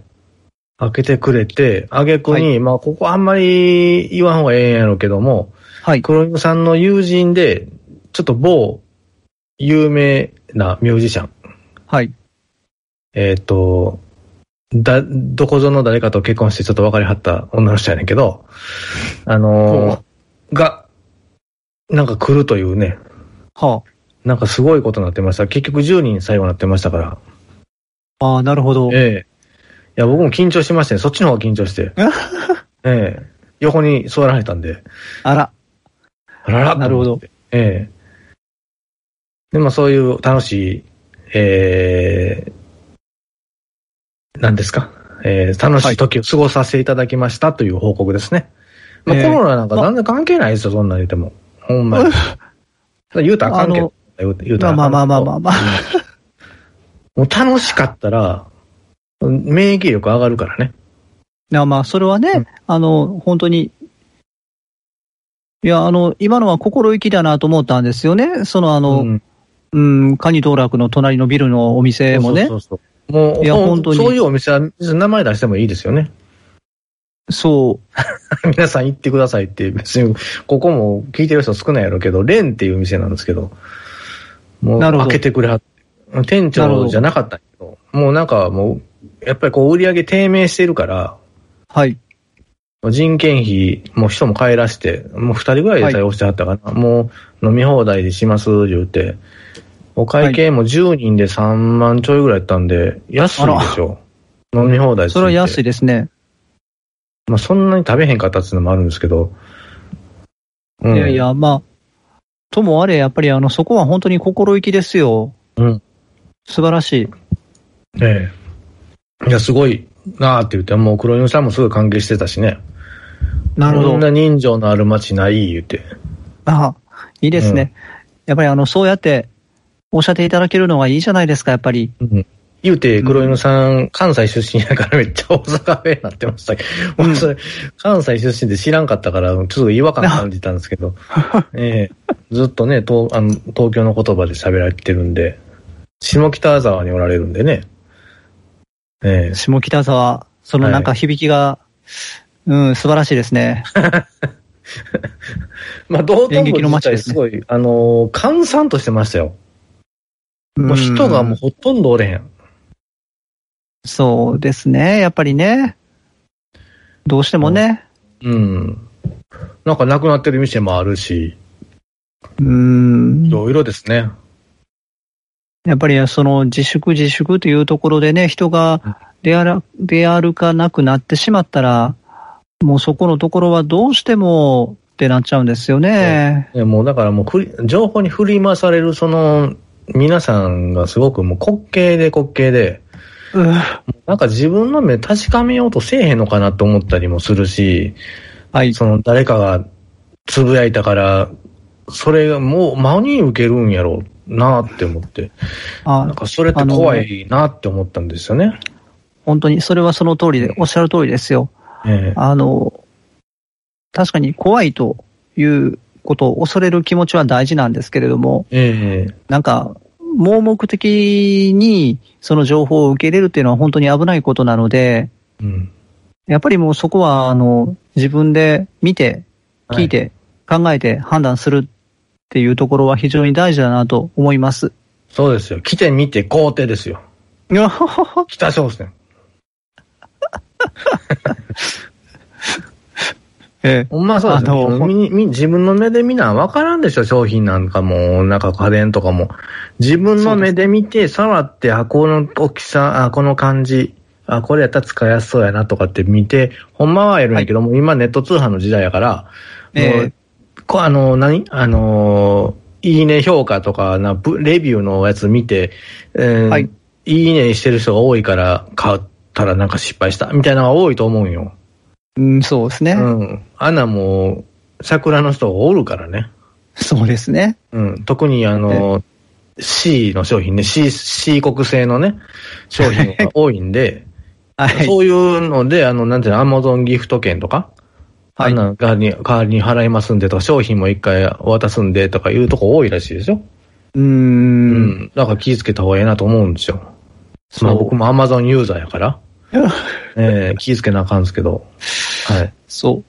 Speaker 1: 開けてくれて、あげくに、まあ、ここあんまり言わん方がええんやろうけども、
Speaker 2: はい。
Speaker 1: 黒犬さんの友人で、ちょっと某有名なミュージシャン、
Speaker 2: はい。
Speaker 1: えっ、と、だ、どこぞの誰かと結婚してちょっと別れはった女の人やねんけど、あのーが、なんか来るというね、
Speaker 2: は
Speaker 1: なんかすごいことになってました。結局10人最後になってましたから。
Speaker 2: あ。ああ、なるほど。
Speaker 1: ええいや、僕も緊張しましたね。そっちの方が緊張
Speaker 2: [LAUGHS]
Speaker 1: して。ええ横に座られたんで。
Speaker 2: あら。
Speaker 1: あらら
Speaker 2: なるほど。
Speaker 1: ええで、まあそういう楽しい、ええ何ですか、ええ楽しい時を過ごさせていただきましたという報告ですね。まあ、
Speaker 2: ええ
Speaker 1: コロナなんか全然関係ないですよ、そんなん言うても。ほんま
Speaker 2: [LAUGHS]
Speaker 1: に。言うたらあかんけど、言う言うた
Speaker 2: ま
Speaker 1: ら
Speaker 2: あ
Speaker 1: あ
Speaker 2: ま
Speaker 1: か
Speaker 2: あ
Speaker 1: ん
Speaker 2: まあまあまあまあ。
Speaker 1: もう楽しかったら、免疫力上がるからね。
Speaker 2: いやまあ、それはね、
Speaker 1: うん
Speaker 2: あの、本当に、いや、あの、今のは心意気だなと思ったんですよね。その、あの、
Speaker 1: ん、
Speaker 2: うん、カニ道楽の隣のビルのお店もね、そ
Speaker 1: そううそうそうもう、
Speaker 2: いや
Speaker 1: ほん
Speaker 2: 本当に
Speaker 1: そういうお店は、名前出してもいいですよね。 [LAUGHS] 皆さん行ってくださいって、別に、ここも聞いてる人少ないやろうけど、レンっていう店なんですけど、もう
Speaker 2: なるほ
Speaker 1: 開
Speaker 2: ど
Speaker 1: けてくれはって店
Speaker 2: なるほ
Speaker 1: 長
Speaker 2: ど
Speaker 1: じゃなかったんやけど、もうなんかもう、やっぱりこう売り上げ低迷してるから、
Speaker 2: はい、
Speaker 1: 人件費、もう人も帰らして、もう二人ぐらいで対応してはったかな。もう飲み放題でします、言うて。お会計も10人で3万ちょいぐらいやったんで、安いでしょ。飲み放題
Speaker 2: それは安
Speaker 1: い。
Speaker 2: いですね。
Speaker 1: まあそんなに食べへんかったっていうのもあるんですけど。うん
Speaker 2: いやいや、まあ、ともあれ、やっぱりあの、そこは本当に心意気ですよ。
Speaker 1: うん
Speaker 2: 素晴らしい。
Speaker 1: ええ。いや、すごいなーって言って、もう黒犬さんもすごい歓迎してたしね。
Speaker 2: なる
Speaker 1: こ
Speaker 2: ほ
Speaker 1: ん
Speaker 2: ど。
Speaker 1: な人情のある街ない言うて。
Speaker 2: あいいですね。やっぱりあの、そうやっておっしゃっていただけるのはいいじゃないですか、やっぱり。
Speaker 1: うん言うて、黒犬さん、関西出身やからめっちゃ大阪弁になってましたけど、もうそれ、関西出身で知らんかったから、ちょっと違和感感じたんですけ [LAUGHS] ど、ええずっとね、東あの東京の言葉で喋られてるんで、下北沢におられるんでね、ええ
Speaker 2: 下北沢、そのなんか響きが、うん、素晴らしいですね。
Speaker 1: まあ、道頓
Speaker 2: 演劇
Speaker 1: 堀
Speaker 2: の
Speaker 1: 自
Speaker 2: 街
Speaker 1: 体
Speaker 2: です
Speaker 1: す
Speaker 2: ね
Speaker 1: ごい、あのー、閑散としてましたよ。もう人がもうほとんどおれへん。
Speaker 2: うんそうですね、やっぱりね。どうしてもね。
Speaker 1: うん。なんかなくなってる店もあるし、
Speaker 2: うん
Speaker 1: い。ろいろですね。
Speaker 2: やっぱりその自粛自粛というところでね、人が出歩出歩かなくなってしまったら、もうそこのところはどうしてもってなっちゃうんですよね。
Speaker 1: いやもうだからもうふり情報に振り回されるその皆さんがすごくもう滑稽で滑稽で、
Speaker 2: うう
Speaker 1: なんか自分の目確かめようとせえへんのかなと思ったりもするし、
Speaker 2: はい。
Speaker 1: その誰かがつぶやいたから、それがもう真に受けるんやろうなって思って、
Speaker 2: あ
Speaker 1: なんかそれって怖いなって思ったんですよね。
Speaker 2: 本当に、それはその通りで、おっしゃる通りですよ。
Speaker 1: ええ
Speaker 2: あの、確かに怖いということを恐れる気持ちは大事なんですけれども、
Speaker 1: ええ
Speaker 2: なんか、盲目的にその情報を受け入れるっていうのは本当に危ないことなので、
Speaker 1: うん
Speaker 2: やっぱりもうそこは、あの、自分で見て、
Speaker 1: はい
Speaker 2: 聞いて、考えて判断するっていうところは非常に大事だなと思います。
Speaker 1: そうですよ。来てみて肯定ですよ。北朝鮮。
Speaker 2: [LAUGHS] ええ
Speaker 1: ほんまそうです
Speaker 2: あ
Speaker 1: よ
Speaker 2: の
Speaker 1: みみ自分の目で見な分からんでしょ、商品なんかも、なんか家電とかも。自分の目で見て、触って、あ、この大きさ、あ、この感じ、あ、これやったら使いやすそうやなとかって見て、ほんまはやるんやけども、今ネット通販の時代やから、も
Speaker 2: え
Speaker 1: う、こあの、何あのー、いいね評価とかな、ぶレビューのやつ見て、えー
Speaker 2: はいい、
Speaker 1: いねしてる人が多いから買ったらなんか失敗した、みたいなのが多いと思うんよ。
Speaker 2: うん、そうですね、
Speaker 1: うん。アナも、桜の人がおるからね。
Speaker 2: そうですね。
Speaker 1: うん。特にあの、C の商品ね、C、C 国製のね、商品が多いんで、
Speaker 2: はい。
Speaker 1: そういうので、あの、なんていうの、アマゾンギフト券とか、
Speaker 2: はい
Speaker 1: あんなん代わりに、代わりに払いますんでとか、商品も一回渡すんでとかいうとこ多いらしいでしょ。
Speaker 2: う
Speaker 1: う
Speaker 2: ー。
Speaker 1: んん。だから気ぃつけた方がいいなと思うんですよ。
Speaker 2: そう
Speaker 1: まあ僕もアマゾンユーザーやから、ええ気ぃつけなあかんですけど、はい。
Speaker 2: [LAUGHS] そう。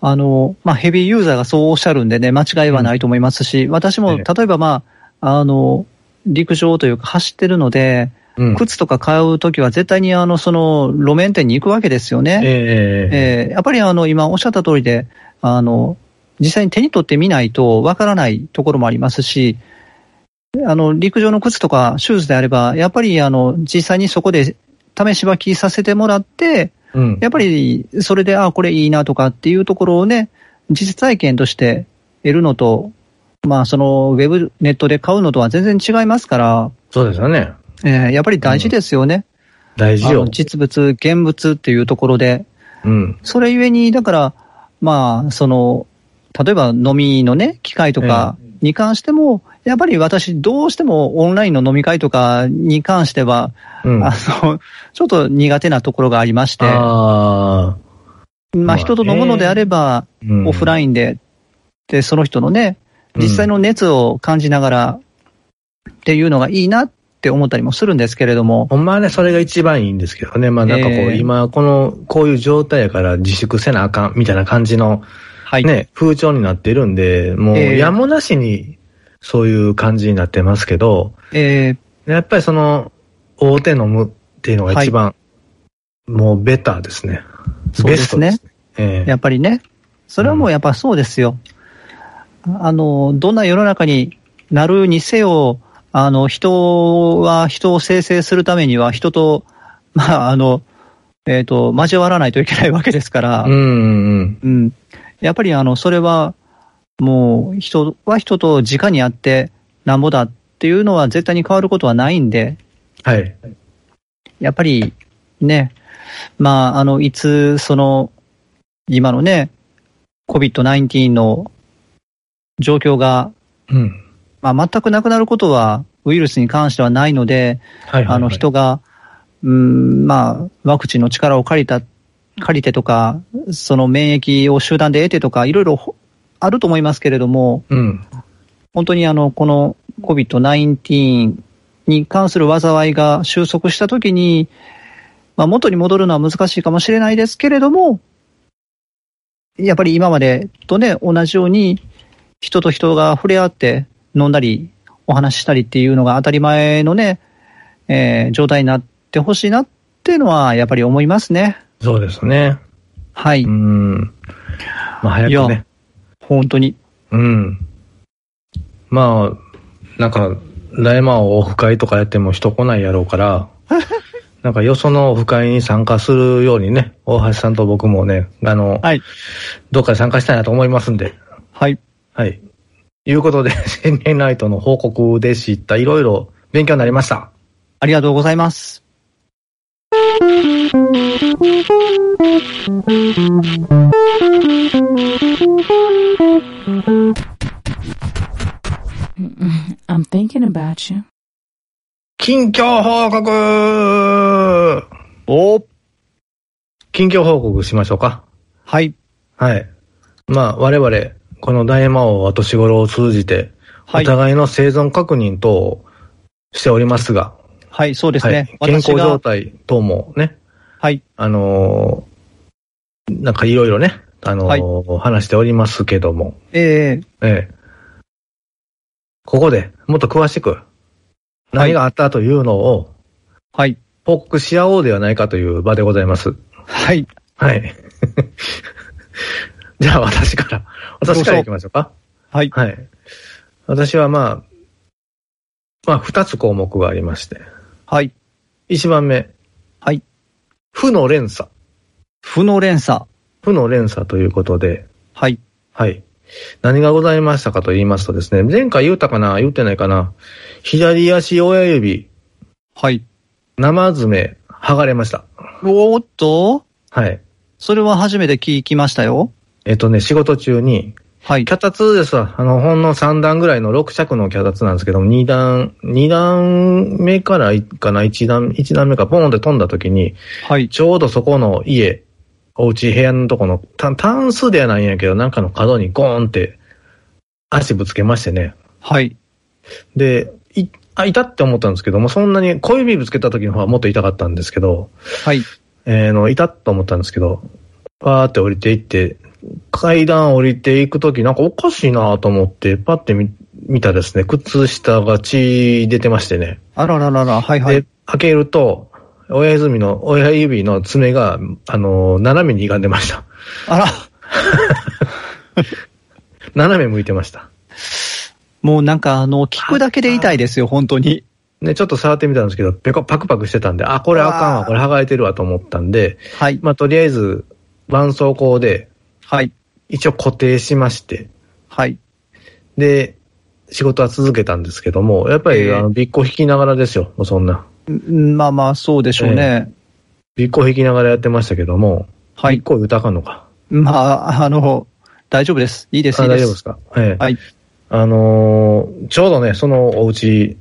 Speaker 2: あの、まあ、ヘビーユーザーがそうおっしゃるんでね、間違いはないと思いますし、私も、
Speaker 1: え
Speaker 2: 例えばまあ、あの、陸上というか走ってるので、
Speaker 1: うん。
Speaker 2: 靴とか買うときは絶対にあの、その、路面店に行くわけですよ
Speaker 1: え
Speaker 2: ね。
Speaker 1: え
Speaker 2: えーやっぱりあの、今おっしゃった通りで、あの、実際に手に取ってみないとわからないところもありますし、あの、陸上の靴とかシューズであれば、やっぱりあの、実際にそこで試し履きさせてもらって、
Speaker 1: うん。
Speaker 2: やっぱりそれで、あこれいいなとかっていうところをね、実体験として得るのと、まあそのウェブ、ネットで買うのとは全然違いますから、
Speaker 1: そうですよね。
Speaker 2: えーやっぱり大事ですよね。
Speaker 1: 大
Speaker 2: あ
Speaker 1: 事よ
Speaker 2: の。実物、現物っていうところで、
Speaker 1: うん。
Speaker 2: それゆえに、だから、まあ、その、例えば飲みのね、機会とかに関しても、やっぱり私、どうしてもオンラインの飲み会とかに関しては、
Speaker 1: うん。
Speaker 2: あの、ちょっと苦手なところがありまして、
Speaker 1: あーま
Speaker 2: ま
Speaker 1: あ
Speaker 2: あ人と飲むのであれば、
Speaker 1: うん
Speaker 2: オフラインで、で、その人のね、
Speaker 1: うん
Speaker 2: 実際の熱を感じながらっていうのがいいなって思ったりもするんですけれども、
Speaker 1: ほんまはね、それが一番いいんですけどね。まあなんかこう、
Speaker 2: ええ
Speaker 1: 今、この、こういう状態やから自粛せなあかん、みたいな感じの、
Speaker 2: はい。
Speaker 1: ね、風潮になってるんで、もう、
Speaker 2: ええ
Speaker 1: やむなしに、そういう感じになってますけど、
Speaker 2: えー
Speaker 1: やっぱりその、大手飲むっていうのが一番、もうベターですね。
Speaker 2: そうですね
Speaker 1: ベストですね。ええ
Speaker 2: [LAUGHS] やっぱりね、それはもうやっぱそうですよ。あの、どんな世の中になるにせよ、あの、人は、人を生成するためには、人と、 [LAUGHS] まあ、あの、えっ、と、交わらないといけないわけですから、
Speaker 1: うんうんうん。
Speaker 2: うん。やっぱりあの、それは、もう、人は人と直にあって、なんぼだっていうのは絶対に変わることはないんで、
Speaker 1: はい。
Speaker 2: やっぱり、ね、まあ、あの、いつ、その、今のね、COVID-19 の状況が
Speaker 1: うん。
Speaker 2: まあ、全くなくなることは、ウイルスに関してはないので、
Speaker 1: はいはいはい、
Speaker 2: あの人が、うん、まあ、ワクチンの力を借りた、借りてとか、その免疫を集団で得てとか、いろいろほあると思いますけれども、
Speaker 1: うん。
Speaker 2: 本当にあの、この COVID-19 に関する災いが収束したときに、まあ、元に戻るのは難しいかもしれないですけれども、やっぱり今までとね、同じように人と人が触れ合って飲んだり、お話ししたりっていうのが当たり前のね、えー状態になってほしいなっていうのはやっぱり思いますね。
Speaker 1: そうですね。
Speaker 2: はい。
Speaker 1: うん。まあ、
Speaker 2: い
Speaker 1: 早く
Speaker 2: や
Speaker 1: ね。、
Speaker 2: 本当に。
Speaker 1: うん。まあ、なんか、大魔王オフ会とかやっても人来ないやろう
Speaker 2: [LAUGHS]
Speaker 1: から、なんかよそのオフ会に参加するようにね、大橋さんと僕もね、あの、
Speaker 2: はい。
Speaker 1: どっかで参加したいなと思いますんで。
Speaker 2: はい。
Speaker 1: はい。いうことで、 [LAUGHS] 新年ライトの報告でした。いろいろ勉強になりました。
Speaker 2: ありがとうございます。
Speaker 3: Mm-mm. I'm thinking about you.
Speaker 1: 近況報告
Speaker 2: お
Speaker 1: 近況報告しましょうか。
Speaker 2: はい。
Speaker 1: はい。まあ、我々、この大魔王は年頃を通じて、
Speaker 2: は
Speaker 1: お
Speaker 2: い。
Speaker 1: 互いの生存確認等をしておりますが、
Speaker 2: はい、そうですね。
Speaker 1: はい、健
Speaker 2: 私
Speaker 1: 康
Speaker 2: が
Speaker 1: 状態等もね、
Speaker 2: はい。
Speaker 1: あのーなんかいろいろね、あのー話しておりますけども、
Speaker 2: ええ
Speaker 1: ええ。ここでもっと詳しく、何があったというのを、
Speaker 2: はい。
Speaker 1: 報告し合おうではないかという場でございます。
Speaker 2: はい。
Speaker 1: はい。 [LAUGHS] じゃあ私から、私から行きましょうか。
Speaker 2: はい。
Speaker 1: はい。私はまあ、まあ二つ項目がありまして。
Speaker 2: はい。
Speaker 1: 一番目。
Speaker 2: はい。
Speaker 1: 負の連鎖。
Speaker 2: 負の連鎖。
Speaker 1: 負の連鎖ということで、
Speaker 2: はい。
Speaker 1: はい。何がございましたかと言いますとですね、前回言うたかな言ってないかな左足親指、
Speaker 2: はい。
Speaker 1: 生爪、剥がれました。
Speaker 2: おーっと、
Speaker 1: はい。
Speaker 2: それは初めて聞きましたよ。
Speaker 1: えっとね、仕事中に、
Speaker 2: はい。
Speaker 1: 脚立ですわ。あの、ほんの3段ぐらいの6尺の脚立なんですけども、2段、2段目からいかな、1段、一段目からポーンって飛んだ時に、
Speaker 2: はい。
Speaker 1: ちょうどそこの家、お家、部屋のとこの、た、タンスではないんやけど、なんかの角にゴーンって、足ぶつけましてね。
Speaker 2: はい。
Speaker 1: で、い、あ、痛って思ったんですけども、そんなに小指ぶつけた時の方はもっと痛かったんですけど、
Speaker 2: はい。
Speaker 1: えーの、痛っと思ったんですけど、パーって降りていって、階段降りていくとき、なんかおかしいなと思って、パって見見たらですね、靴下が血出てましてね。
Speaker 2: あらららら、はいはい
Speaker 1: で。、開けると、親指の、親指の爪が、あのー斜めに歪んでました。 [LAUGHS]
Speaker 2: あら、
Speaker 1: 斜め向いてました。
Speaker 2: もうなんかあの、聞くだけで痛いですよ、本当に。
Speaker 1: ね、ちょっと触ってみたんですけど、ペコ、パクパクしてたんで、あ、これあかんわ、これ剥がれてるわと思ったんで、
Speaker 2: はい。
Speaker 1: まあ、とりあえず、絆創膏で、
Speaker 2: はい。
Speaker 1: 一応固定しまして、
Speaker 2: はい。
Speaker 1: で、仕事は続けたんですけども、やっぱり、
Speaker 2: ええ
Speaker 1: あの、びっこ引きながらですよ、もうそんな。
Speaker 2: んまあまあ、そうでしょうね。
Speaker 1: びっこ引きながらやってましたけども、
Speaker 2: は
Speaker 1: びっ
Speaker 2: い。
Speaker 1: こ豊かんのか。
Speaker 2: まあ、あの、大丈夫です。いいです、い
Speaker 1: あ
Speaker 2: い
Speaker 1: 大
Speaker 2: で。
Speaker 1: 丈夫ですすかええ。
Speaker 2: はい。
Speaker 1: あのーちょうどね、そのお家、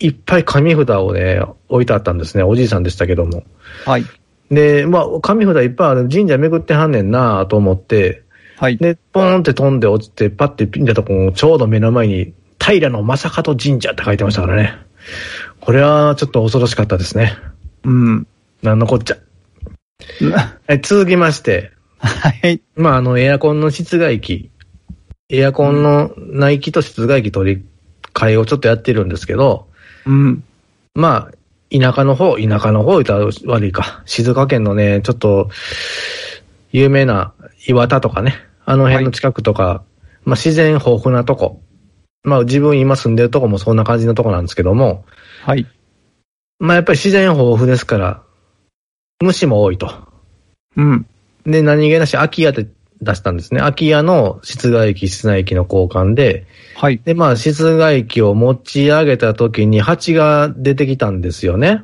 Speaker 1: いっぱい紙札をね、置いてあったんですね。おじいさんでしたけども。
Speaker 2: はい。
Speaker 1: で、まあ、紙札いっぱいある神社巡ってはんねんなと思って、
Speaker 2: はい。
Speaker 1: で、ポーンって飛んで落ちて、パッてピンだとこう、ちょうど目の前に、平野正門神社って書いてましたからね。これはちょっと恐ろしかったですね。
Speaker 2: うん。 [LAUGHS]
Speaker 1: なんのこっちゃ。
Speaker 2: は
Speaker 1: え続きまして、
Speaker 2: い。
Speaker 1: まあ、あの、エアコンの室外機、エアコンの内機と室外機取り替えをちょっとやってるんですけど、
Speaker 2: うん。
Speaker 1: まあ、田舎の方、田舎の方言ったら悪いか。静岡県のね、ちょっと、有名な岩田とかね、あの辺の近くとか、まあ自然豊富なとこ。まあ自分今住んでるとこもそんな感じのとこなんですけども、
Speaker 2: はい。
Speaker 1: まあやっぱり自然豊富ですから、虫も多いと。
Speaker 2: うん。
Speaker 1: で、何気なし空き家で出したんですね。空き家の室外機、室内機の交換で、
Speaker 2: はい。
Speaker 1: で、まあ、室外機を持ち上げた時に蜂が出てきたんですよね。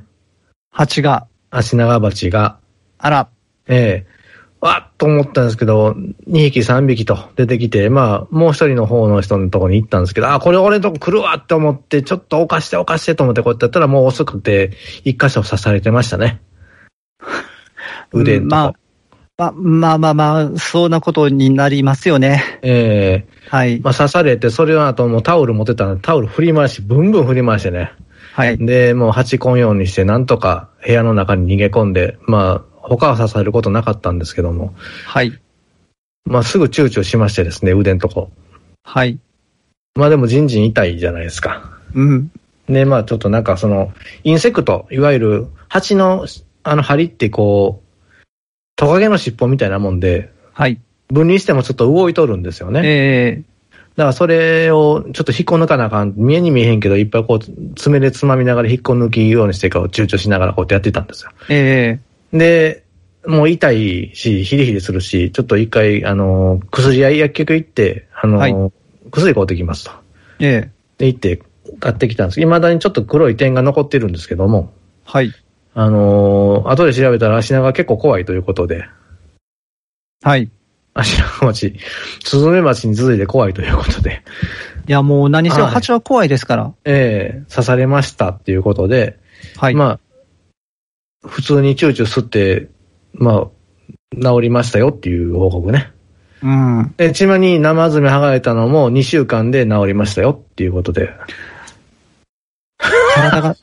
Speaker 2: 蜂が、
Speaker 1: 足長鉢が。
Speaker 2: あら、
Speaker 1: ええわっと思ったんですけど、2匹3匹と出てきて、まあ、もう一人の方の人のところに行ったんですけど、あ、これ俺のとこ来るわって思って、ちょっと犯して犯してと思って、こうやってやったらもう遅くて、一箇所刺されてましたね。腕
Speaker 2: う
Speaker 1: と
Speaker 2: ん
Speaker 1: か。
Speaker 2: まあ、ま、まあまあまあ、そうなことになりますよね。
Speaker 1: ええ
Speaker 2: はい。
Speaker 1: まあ刺されて、それの後もうタオル持ってたらタオル振り回し、ブンブン振り回してね。
Speaker 2: はい。
Speaker 1: で、もう8コンようにして、なんとか部屋の中に逃げ込んで、まあ、他は刺されることなかったんですけども、
Speaker 2: はい。
Speaker 1: まあすぐ躊躇しましてですね、腕のとこ。
Speaker 2: はい。
Speaker 1: まあでもじんじん痛いじゃないですか。
Speaker 2: うん。
Speaker 1: で、まあちょっとなんかその、インセクト、いわゆる蜂の、あの針ってこう、トカゲの尻尾みたいなもんで、
Speaker 2: はい。
Speaker 1: 分離してもちょっと動いとるんですよね。
Speaker 2: ええ
Speaker 1: だからそれをちょっと引っこ抜かなあかん。見えに見えへんけど、いっぱいこう、爪でつまみながら引っこ抜きようにしてかを躊躇しながらこうやってやってたんですよ。
Speaker 2: ええ
Speaker 1: で、もう痛いし、ヒリヒリするし、ちょっと一回、あの、薬屋薬局行って、あの、
Speaker 2: はい
Speaker 1: 薬買うてきますと。
Speaker 2: ええ
Speaker 1: で、行って買ってきたんですけど、未だにちょっと黒い点が残ってるんですけども、
Speaker 2: はい。
Speaker 1: あの後で調べたら足長が結構怖いということで、
Speaker 2: はい。い
Speaker 1: 足長町、スズメバチに続いて怖いということで、
Speaker 2: や、もう何せよ、
Speaker 1: はい
Speaker 2: 蜂は怖いですから。
Speaker 1: ええ刺されましたっていうことで、
Speaker 2: はい。
Speaker 1: まあ、普通に躊躇吸って、まあ、治りましたよっていう報告ね。
Speaker 2: うん。
Speaker 1: で、ちまに生爪剥がれたのも2週間で治りましたよっていうことで。[LAUGHS]
Speaker 2: 体が、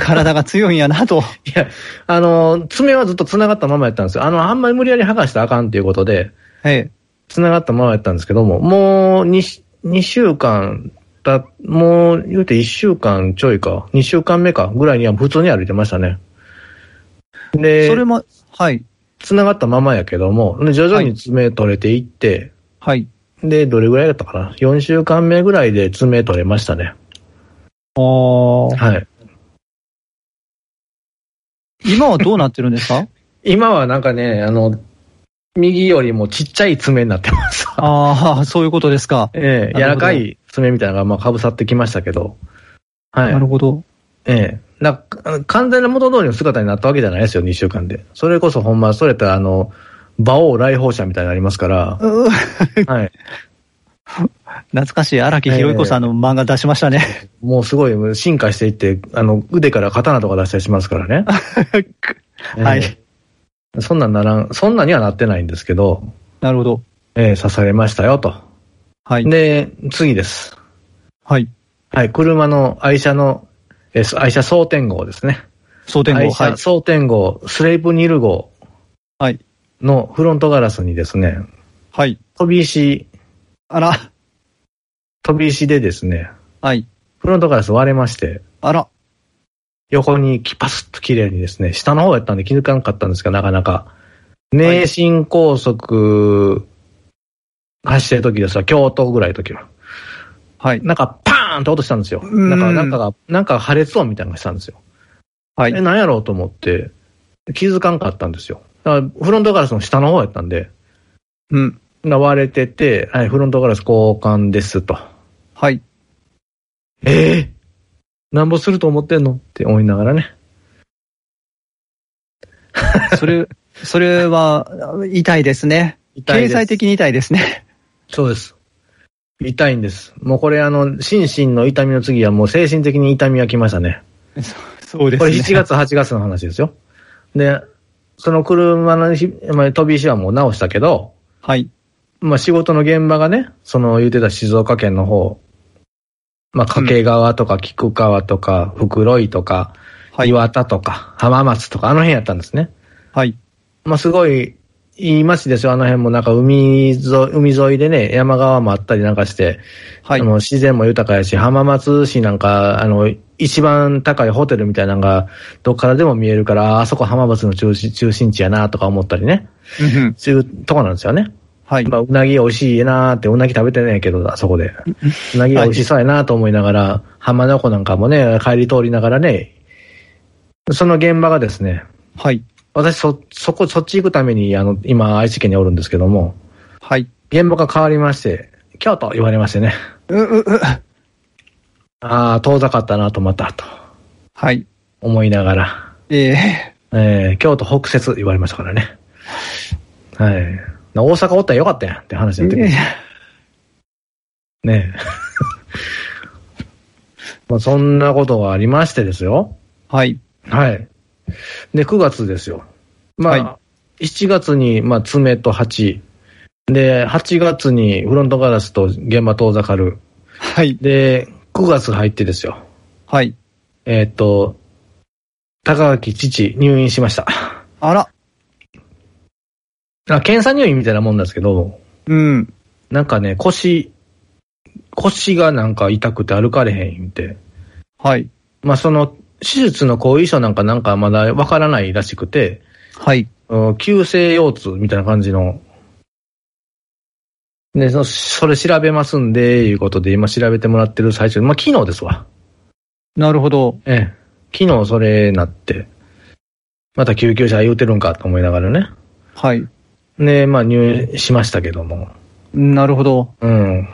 Speaker 2: 体が強いんやなと。
Speaker 1: いや、あの、爪はずっと繋がったままやったんですよ。あの、あんまり無理やり剥がしたらあかんっていうことで、
Speaker 2: ええ
Speaker 1: 繋がったままやったんですけども、もう2、2週間だ、もう言うて1週間ちょいか、2週間目かぐらいには普通に歩いてましたね。で、
Speaker 2: それも、はい。
Speaker 1: 繋がったままやけども、で徐々に爪取れていって、
Speaker 2: はい。
Speaker 1: で、どれぐらいだったかな ?4 週間目ぐらいで爪取れましたね。
Speaker 2: ああ。
Speaker 1: はい。
Speaker 2: 今はどうなってるんです
Speaker 1: [LAUGHS]
Speaker 2: か
Speaker 1: 今はなんかね、あの、右よりもちっちゃい爪になってます。
Speaker 2: ああ、そういうことですか。
Speaker 1: [LAUGHS] ええ柔
Speaker 2: なる
Speaker 1: ら
Speaker 2: ほど
Speaker 1: かい爪みたいなのがまあ被さってきましたけど。はい
Speaker 2: な。るほど。
Speaker 1: ええだからあの完全な元通りの姿になったわけじゃないですよ、2週間で。それこそほんま、それやったらあの、馬王来訪者みたいになりますから。
Speaker 2: うう
Speaker 1: はい。
Speaker 2: 懐かしい荒木博彦さんの漫画出しましたね。
Speaker 1: もうすごい進化していって、あの、腕から刀とか出したりしますからね。
Speaker 2: [LAUGHS] は
Speaker 1: え
Speaker 2: い。
Speaker 1: えそんなんならん、そんなにはなってないんですけど、
Speaker 2: なるほど。
Speaker 1: ええ刺されましたよと。
Speaker 2: はい。
Speaker 1: で、次です。
Speaker 2: はい。
Speaker 1: はい、車の愛車の、えー愛車蒼天号ですね。
Speaker 2: 蒼天
Speaker 1: 愛
Speaker 2: 号。は
Speaker 1: 車
Speaker 2: い。
Speaker 1: 蒼天号、スレイプニル号
Speaker 2: はい。
Speaker 1: のフロントガラスにですね、
Speaker 2: はい。
Speaker 1: 飛び石、
Speaker 2: あら。
Speaker 1: 飛び石でですね、
Speaker 2: はい。
Speaker 1: フロントガラス割れまして、
Speaker 2: あら。
Speaker 1: 横にきパスッと綺麗にですね、下の方やったんで気づかなかったんですが、なかなか。名神高速、走ってる時ですわ、京都ぐらいの時は。
Speaker 2: はい。
Speaker 1: なんかパーンって音したんですよ。
Speaker 2: うん
Speaker 1: なんか、なんかが、なんか破裂音みたいなのがしたんですよ。
Speaker 2: はい
Speaker 1: え、。なんやろうと思って、気づかんかったんですよ。だからフロントガラスの下の方やったんで、
Speaker 2: うん。
Speaker 1: な割れてて、はい、フロントガラス交換ですと。
Speaker 2: はい。
Speaker 1: ええなんぼすると思ってんのって思いながらね。
Speaker 2: そ [LAUGHS] れ、それは、痛いですね。
Speaker 1: 痛いで
Speaker 2: 経
Speaker 1: す
Speaker 2: 済的に痛いですね。
Speaker 1: そうです。痛いんです。もうこれあの、心身の痛みの次はもう精神的に痛みが来ましたね。
Speaker 2: そうで
Speaker 1: これ7。月、8月の話ですよ。で、その車のひまあ飛び石はもう直したけど、
Speaker 2: はい。
Speaker 1: まあ仕事の現場がね、その言ってた静岡県の方、まあ掛川とか菊川とか袋井とか、
Speaker 2: はい。
Speaker 1: 岩田とか浜松とかあの辺やったんですね。
Speaker 2: はい。
Speaker 1: まあすごいいい街ですよ、あの辺もなんか海沿い、海沿いでね、山側もあったりなんかして、
Speaker 2: はい
Speaker 1: あ。の自然も豊かやし、浜松市なんか、あの、一番高いホテルみたいなのが、どっからでも見えるから、ああそこ浜松の中心中心地やなとか思ったりね、
Speaker 2: うんうん
Speaker 1: そういうとこなんですよね。
Speaker 2: はい。
Speaker 1: まあ、うなぎ美味しいなーって、うなぎ食べてないけど、あそこで。うなぎ美味しそうやなと思いながら、浜名湖なんかもね、帰り通りながらね、その現場がですね、
Speaker 2: はい。
Speaker 1: 私そ、そこ、そっち行くために、あの、今、愛知県におるんですけども、
Speaker 2: はい。
Speaker 1: 現場が変わりまして、京都言われましてね、
Speaker 2: う、う、う。
Speaker 1: ああ、遠ざかったなとまた、と
Speaker 2: はい。
Speaker 1: 思いながら、
Speaker 2: ええ
Speaker 1: えー、京都北節言われましたからね。はい。な大阪おったらよかったやんって話になってくる。ねえ。 [LAUGHS] まあそんなことがありましてですよ。
Speaker 2: はい。
Speaker 1: はい。で、9月ですよ。まあ、
Speaker 2: は
Speaker 1: 7月に、まあ、爪と鉢。で、8月にフロントガラスと現場遠ざかる。
Speaker 2: はい。
Speaker 1: で、9月入ってですよ。
Speaker 2: はい。
Speaker 1: えーっ、と、高垣父入院しました。
Speaker 2: あら。
Speaker 1: あ、検査入院みたいなもんなんですけど、
Speaker 2: うん。
Speaker 1: なんかね、腰、腰がなんか痛くて歩かれへんって。
Speaker 2: はい。
Speaker 1: まあその、手術の後遺症なんかなんかまだわからないらしくて、
Speaker 2: はい。
Speaker 1: うん急性腰痛みたいな感じの。で、そのそれ調べますんで、いうことで今調べてもらってる最中、まあ昨日ですわ。
Speaker 2: なるほど。
Speaker 1: ええ。昨日それなって、また救急車言うてるんかと思いながらね。
Speaker 2: はい。
Speaker 1: ねまあ入院しましたけども。
Speaker 2: なるほど。
Speaker 1: うん。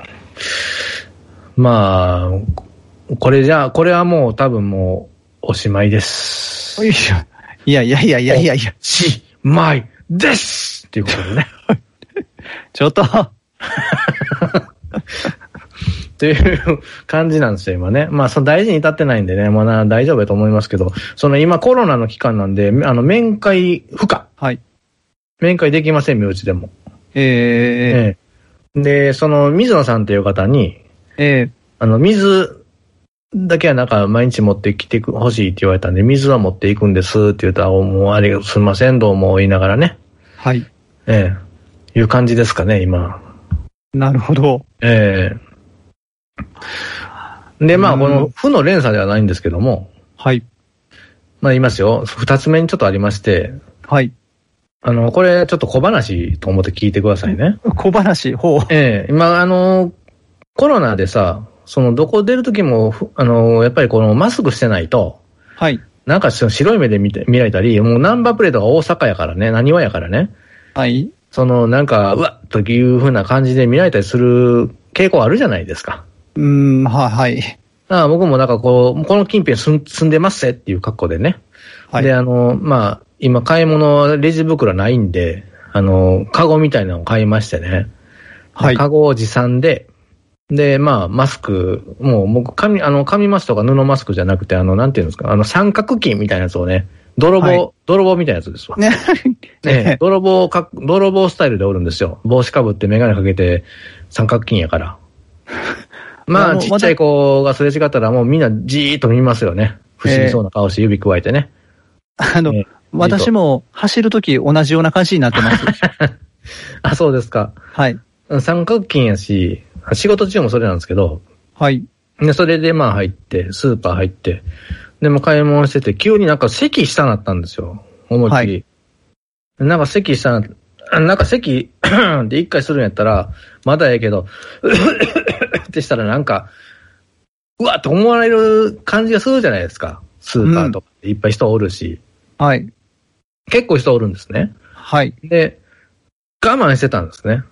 Speaker 1: まあ、これじゃあ、これはもう多分もうおしまいです。
Speaker 2: いやいやいやいやいやいや、
Speaker 1: しまいですっていうことでね。
Speaker 2: ちょっと。
Speaker 1: という感じなんですよ、今ね。まあ、その大事に至ってないんでね、まあな大丈夫だと思いますけど、その今コロナの期間なんで、あの、面会不可。
Speaker 2: はい。
Speaker 1: 面会できません、身内でも。
Speaker 2: え
Speaker 1: ええで、その水野さんという方に、
Speaker 2: ー、え
Speaker 1: あの、水だけはなんか毎日持ってきてほしいって言われたんで、水は持っていくんですって言ったら、おもうありがすいません、どうも言いながらね。
Speaker 2: ー、はい。
Speaker 1: ええ。いう感じですかね、今。
Speaker 2: なるほど。
Speaker 1: ええで、まあ、
Speaker 2: うん
Speaker 1: この、負の連鎖ではないんですけども、
Speaker 2: はい。
Speaker 1: まあ言いますよ。二つ目にちょっとありまして、
Speaker 2: はい。
Speaker 1: あの、これちょっと小話と思って聞いてくださいね。
Speaker 2: 小話、ほう。
Speaker 1: ええ今、あの、コロナでさ、その、どこ出るときも、ふあの、やっぱりこの、マスクしてないと、
Speaker 2: はい。
Speaker 1: なんかその白い目で見て見られたり、もうナンバープレートが大阪やからね、何はやからね、
Speaker 2: はい。
Speaker 1: そのなんか、うわっという風な感じで見られたりする傾向あるじゃないですか。
Speaker 2: うーん、は、はい。
Speaker 1: だから僕もなんかこう、この近辺住ん住んでますぜっていう格好でね。
Speaker 2: はい
Speaker 1: で、あの、まあ、今買い物、レジ袋ないんで、あの、カゴみたいなのを買いましてね。
Speaker 2: はい。
Speaker 1: カゴを持参で、で、まあ、マスク、もう僕、紙、あの、紙マスクとか布マスクじゃなくて、あの、なんていうんですか、あの、三角巾みたいなやつをね、泥棒、
Speaker 2: はい
Speaker 1: 泥棒みたいなやつですわ。
Speaker 2: ね。
Speaker 1: ねえ、 [LAUGHS] 泥棒か、泥棒スタイルでおるんですよ。帽子かぶってメガネかけて三角巾やから。ま
Speaker 2: あ
Speaker 1: あ、
Speaker 2: の
Speaker 1: ちっちゃい子がすれ違ったらもうみんなじーっと見ますよね。不思議そうな顔して指くわえてね。
Speaker 2: [LAUGHS] あの
Speaker 1: えー、
Speaker 2: 私も走るとき同じような感じになってます。
Speaker 1: あ、そうですか。
Speaker 2: はい。
Speaker 1: 三角巾やし、仕事中もそれなんですけど、
Speaker 2: はい。
Speaker 1: で、それでまあ入って、スーパー入って、でも買い物してて、急になんか席下なったんですよ。思いっきり。なんか席下な、あなんか席、 [COUGHS] で一回するんやったら、まだええけど、 [COUGHS] ってしたらなんか、うわっと思われる感じがするじゃないですか。スーパーとかっていっぱい人おるし、
Speaker 2: はい。
Speaker 1: 結構人おるんですね。
Speaker 2: はい。
Speaker 1: で、我慢してたんですね。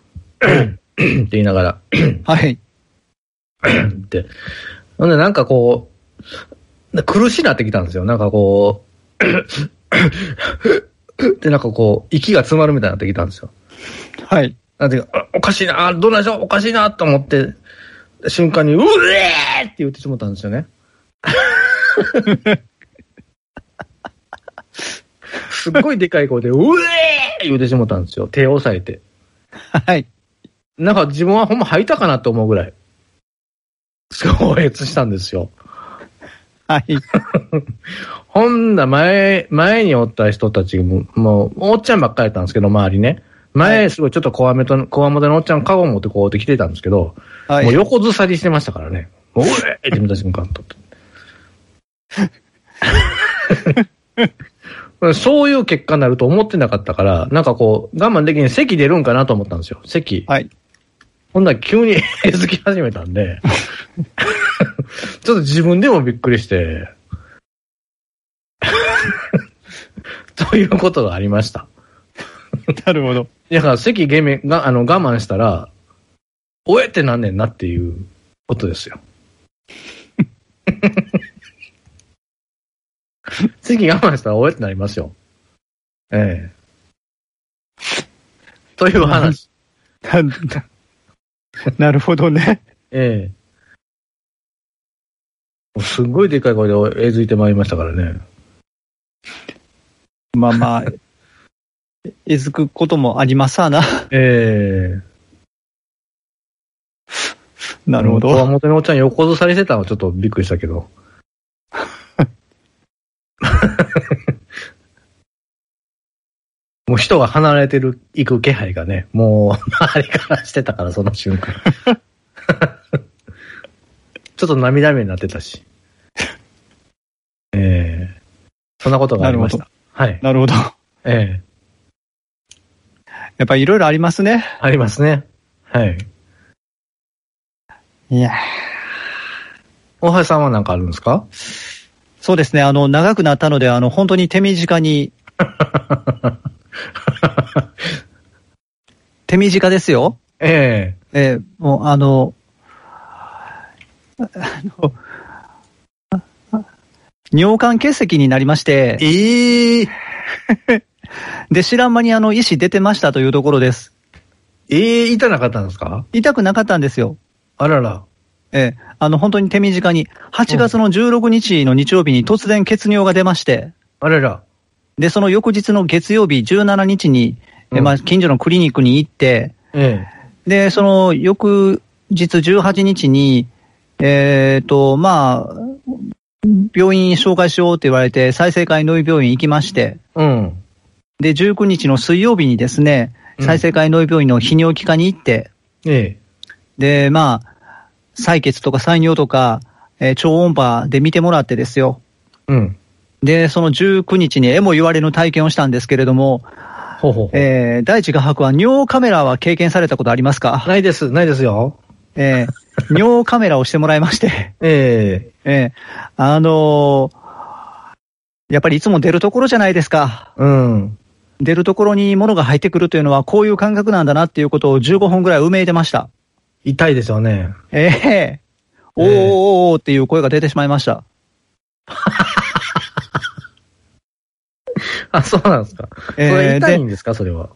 Speaker 1: [COUGHS] って言いながら。
Speaker 2: はい。
Speaker 1: って。ほんで、なんかこう、苦しいなってきたんですよ。なんかこう、ってなんかこう、息が詰まるみたいになってきたんですよ。
Speaker 2: はい。
Speaker 1: なんていうか、あおかしいな、あどうなんでしょう、おかしいなと思って、瞬間に、うえーって言ってしまったんですよね。すっごいでかい声で、うえー言ってしまったんですよ。手を押さえて。
Speaker 2: はい。
Speaker 1: なんか自分はほんま吐いたかなと思うぐらい。そう、越したんですよ。
Speaker 2: はい。
Speaker 1: ほんだ、前、前におった人たちも、もう、おっちゃんばっかりやったんですけど、周りね。前、すごいちょっとこわめと、こわもてのおっちゃん、カゴ持ってこうって来てたんですけど、
Speaker 2: はい。
Speaker 1: もう横ずさりしてましたからね。おえーって見た瞬間
Speaker 2: [LAUGHS]
Speaker 1: と。そういう結果になると思ってなかったから、なんかこう、我慢できに席出るんかなと思ったんですよ。席。
Speaker 2: はい。
Speaker 1: ほんなら急に [LAUGHS] えずき始めたん
Speaker 2: [LAUGHS]
Speaker 1: で、ちょっと自分でもびっくり
Speaker 2: [LAUGHS]
Speaker 1: して、ということがありました。
Speaker 2: なるほど。
Speaker 1: だから席ゲメがあの我慢したら、おえってなんねんなっていうことですよ。席我慢したらおえってなりますよ。ええ。という話。
Speaker 2: なんだなるほどね。
Speaker 1: ええ。すっごいでかい声でえずいてまいりましたからね。
Speaker 2: まあまあ、えずくこともあります [LAUGHS] わな。
Speaker 1: ええ。
Speaker 2: なるほ
Speaker 1: こわ
Speaker 2: ど。
Speaker 1: もてのおっちゃん横ずさりしてたのはちょっとびっくりしたけど。 [LAUGHS] もう人が離れてる、行く気配がね、もう周りからしてたから、その瞬間。 [LAUGHS] ちょっと涙目になってたし。ええそんなことがありまし
Speaker 2: な
Speaker 1: た。はい。
Speaker 2: なるほど。や
Speaker 1: ええ
Speaker 2: っぱいろいろありますね。
Speaker 1: ありますね。はい。
Speaker 2: いや。
Speaker 1: 大橋さんは何かあるんですか
Speaker 2: そうですね。あの、長くなったので、あの、本当に手短 [LAUGHS] に、手短ですよ。
Speaker 1: ええ
Speaker 2: えーもう、あの、あの、尿管結石になりまして、
Speaker 1: ええ
Speaker 2: で、知らん間にあの、医師出てましたというところです。
Speaker 1: ええ痛なかったんですか
Speaker 2: 痛くなかったんですよ。
Speaker 1: あらら。
Speaker 2: えーあの、本当に手短に、8月の16日の日曜日に突然血尿が出まして、
Speaker 1: あらら。
Speaker 2: で、その翌日の月曜日17日に、え
Speaker 1: うん
Speaker 2: まあ、近所のクリニックに行って、
Speaker 1: え
Speaker 2: で、その翌日18日に、えっ、と、まあ、病院紹介しようって言われて、再生会ノイ病院行きまして、
Speaker 1: え。うん。
Speaker 2: で、19日の水曜日にですね、
Speaker 1: うん
Speaker 2: 再生会ノイ病院の泌尿器科に行って、
Speaker 1: え
Speaker 2: で、まあ、採血とか採尿とか、えー超音波で見てもらってですよ。
Speaker 1: え。うん。
Speaker 2: で、その19日に絵も言われぬ体験をしたんですけれども、
Speaker 1: ほうほうほう。
Speaker 2: えー、第一画伯は尿カメラは経験されたことありますか
Speaker 1: ないです、ないですよ。
Speaker 2: え
Speaker 1: [LAUGHS]
Speaker 2: ー、尿カメラをしてもらいまして。
Speaker 1: え
Speaker 2: ええ、あのーやっぱりいつも出るところじゃないですか。
Speaker 1: え。うん。
Speaker 2: 出るところに物が入ってくるというのはこういう感覚なんだなっていうことを15本ぐらい埋めいてました。
Speaker 1: 痛いですよね。
Speaker 2: ええおーおーおーおーっていう声が出てしまいました。
Speaker 1: あ、そうなんですか。
Speaker 2: え
Speaker 1: それ
Speaker 2: え
Speaker 1: 痛いんですか、それは。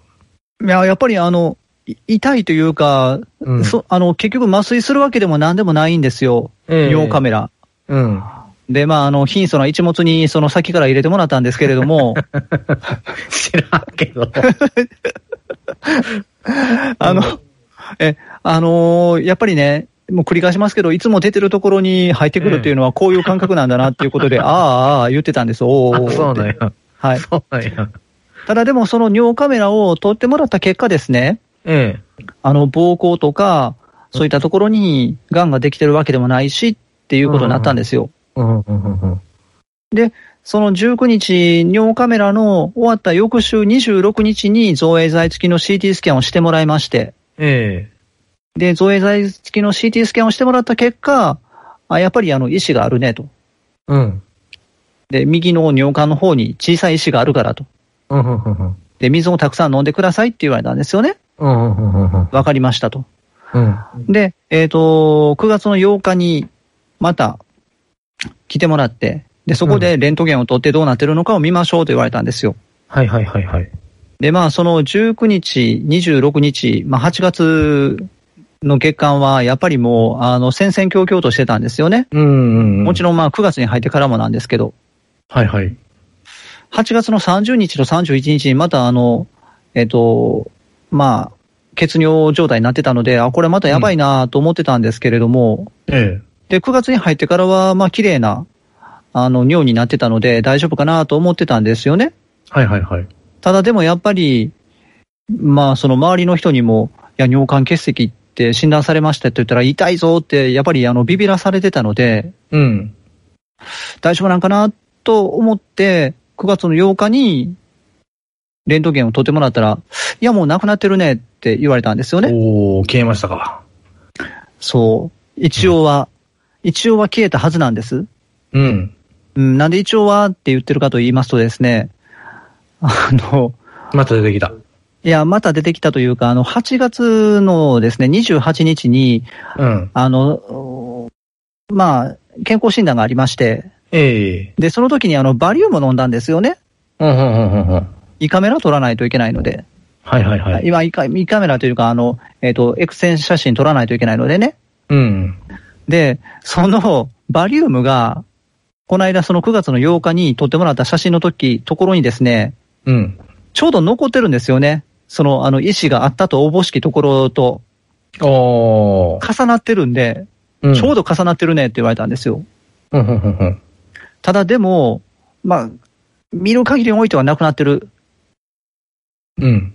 Speaker 2: でいや、やっぱりあの、い痛いというか、
Speaker 1: うん
Speaker 2: そあの、結局麻酔するわけでも何でもないんですよ。
Speaker 1: ええ
Speaker 2: 尿カメラ。
Speaker 1: うん。
Speaker 2: で、まあ、あの、貧相な一物にその先から入れてもらったんですけれど
Speaker 1: [LAUGHS]
Speaker 2: も、
Speaker 1: 知らんけど。
Speaker 2: あの、え、あのーやっぱりね、もう繰り返しますけど、いつも出てるところに入ってくるっていうのはこういう感覚なんだなっていうこ
Speaker 1: [LAUGHS]
Speaker 2: とで、ああ、ああ、言ってたんです。おーお
Speaker 1: あ
Speaker 2: ー
Speaker 1: そうなん
Speaker 2: って
Speaker 1: や。
Speaker 2: はい。
Speaker 1: そうなんや。
Speaker 2: ただでもその尿カメラを撮ってもらった結果ですね、
Speaker 1: え
Speaker 2: あの、膀胱とか、そういったところに癌ができてるわけでもないしっていうことになったんですよ。
Speaker 1: え。うん、うん、うんうん。
Speaker 2: その19日、尿カメラの終わった翌週26日に造影剤付きの CT スキャンをしてもらいまして、
Speaker 1: え
Speaker 2: で、造影剤付きの CT スキャンをしてもらった結果、あやっぱりあの、石があるねと。
Speaker 1: え。うん。
Speaker 2: で、右の尿管の方に小さい石があるからと。
Speaker 1: うん、うん、うんうん。
Speaker 2: で、水をたくさん飲んでくださいって言われたんですよね。
Speaker 1: うん、うん、うんうんうん。
Speaker 2: わかりましたと。
Speaker 1: うん。
Speaker 2: で、えっ、と、9月の8日にまた来てもらって、で、そこでレントゲンを取ってどうなってるのかを見ましょうと言われたんですよ。
Speaker 1: はい、はい、はい、はい。
Speaker 2: で、まあ、その19日、26日、まあ、8月の月間は、やっぱりもう、あの、戦々恐々としてたんですよね。
Speaker 1: うん、うん。
Speaker 2: もち
Speaker 1: ろん。
Speaker 2: ろんまあ9月に入ってからもなんですけど、
Speaker 1: はい、はい。
Speaker 2: 8月の30日と31日にまたあの、えっ、と、まあ、血尿状態になってたので、あ、これまたやばいなと思ってたんですけれども、
Speaker 1: え
Speaker 2: で、9月に入ってからは、まあ、綺麗な、あの、尿になってたので、大丈夫かなと思ってたんですよね。
Speaker 1: え。はい、はい、はい。
Speaker 2: ただでもやっぱり、まあ、その周りの人にも、いや、尿管結石って診断されましたって言ったら、痛いぞって、やっぱり、あの、ビビらされてたので、
Speaker 1: うん。
Speaker 2: 大丈夫なんかなと思って、9月の8日に、レントゲンを取ってもらったら、いや、もうなくなってるねって言われたんですよね。
Speaker 1: おー、消えましたか。
Speaker 2: そう。一応は、一応は消えたはずなんです。
Speaker 1: うん。
Speaker 2: うん、なんで一応はって言ってるかと言いますとですね、あの、
Speaker 1: また出てきた。
Speaker 2: いや、また出てきたというか、あの、8月のですね、28日に、
Speaker 1: うん。
Speaker 2: あの、おまあ、健康診断がありまして、
Speaker 1: ええ。
Speaker 2: で、その時にあの、バリウム飲んだんですよね。
Speaker 1: うん、うん、うん、うん。
Speaker 2: 胃カメラ取らないといけないので。
Speaker 1: はいはいはい。
Speaker 2: 今、イカイカメラというか、あの、えっ、と、エクセン写真撮らないといけないのでね。
Speaker 1: うん。
Speaker 2: で、その、バリウムが、この間その9月の8日に撮ってもらった写真の時、ところにですね、
Speaker 1: うん。
Speaker 2: ちょうど残ってるんですよね。その、あの、意思があったとおぼしきところと
Speaker 1: おー。
Speaker 2: 重なってるんで、
Speaker 1: うん
Speaker 2: ちょうど重なってるねって言われたんですよ。
Speaker 1: うんうんうんうん。
Speaker 2: ただでも、まあ、見る限りにおいてはなくなってる
Speaker 1: うん。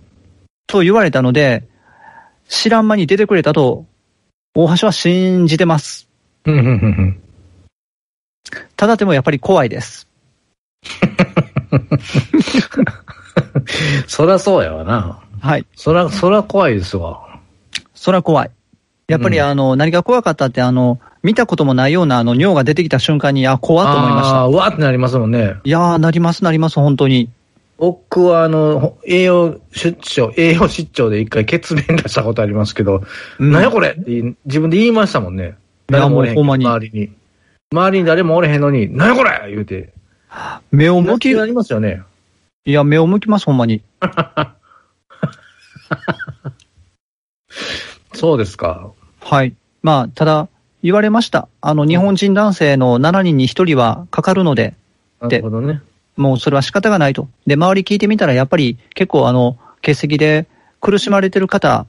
Speaker 2: と言われたので、知らん間に出てくれたと、大橋は信じてます。
Speaker 1: うんうんうんうん。
Speaker 2: ただでもやっぱり怖いです。
Speaker 1: そらそうやわな。
Speaker 2: はい。
Speaker 1: そら、そら怖いですわ。
Speaker 2: それは怖い。やっぱり
Speaker 1: うん
Speaker 2: あの、何が怖かったって、あの、見たこともないようなあの尿が出てきた瞬間に、あ、怖っと思いました。
Speaker 1: あーわーってなりますもんね。
Speaker 2: いやー、なります、なります、本当に。
Speaker 1: 僕はあの、ほ栄養出張、栄養出張で一回血便出したことありますけど、
Speaker 2: うん
Speaker 1: なんやこれって言い自分で言いましたもんね。
Speaker 2: いや
Speaker 1: 誰もおれへん
Speaker 2: もうほんまに
Speaker 1: 周りに。周りに誰もおれへんのに、なんやこれ言うて。
Speaker 2: 目を
Speaker 1: 思い
Speaker 2: 向
Speaker 1: き
Speaker 2: き、
Speaker 1: り
Speaker 2: い
Speaker 1: なりますよね。
Speaker 2: や、目を向きます、ほんまに。
Speaker 1: そうですか。
Speaker 2: はい。まあ、ただ、言われました。あの、日本人男性の7人に1人はかかるので、
Speaker 1: なるほどね。
Speaker 2: もうそれは仕方がないと。で、周り聞いてみたら、やっぱり結構あの、欠席で苦しまれてる方、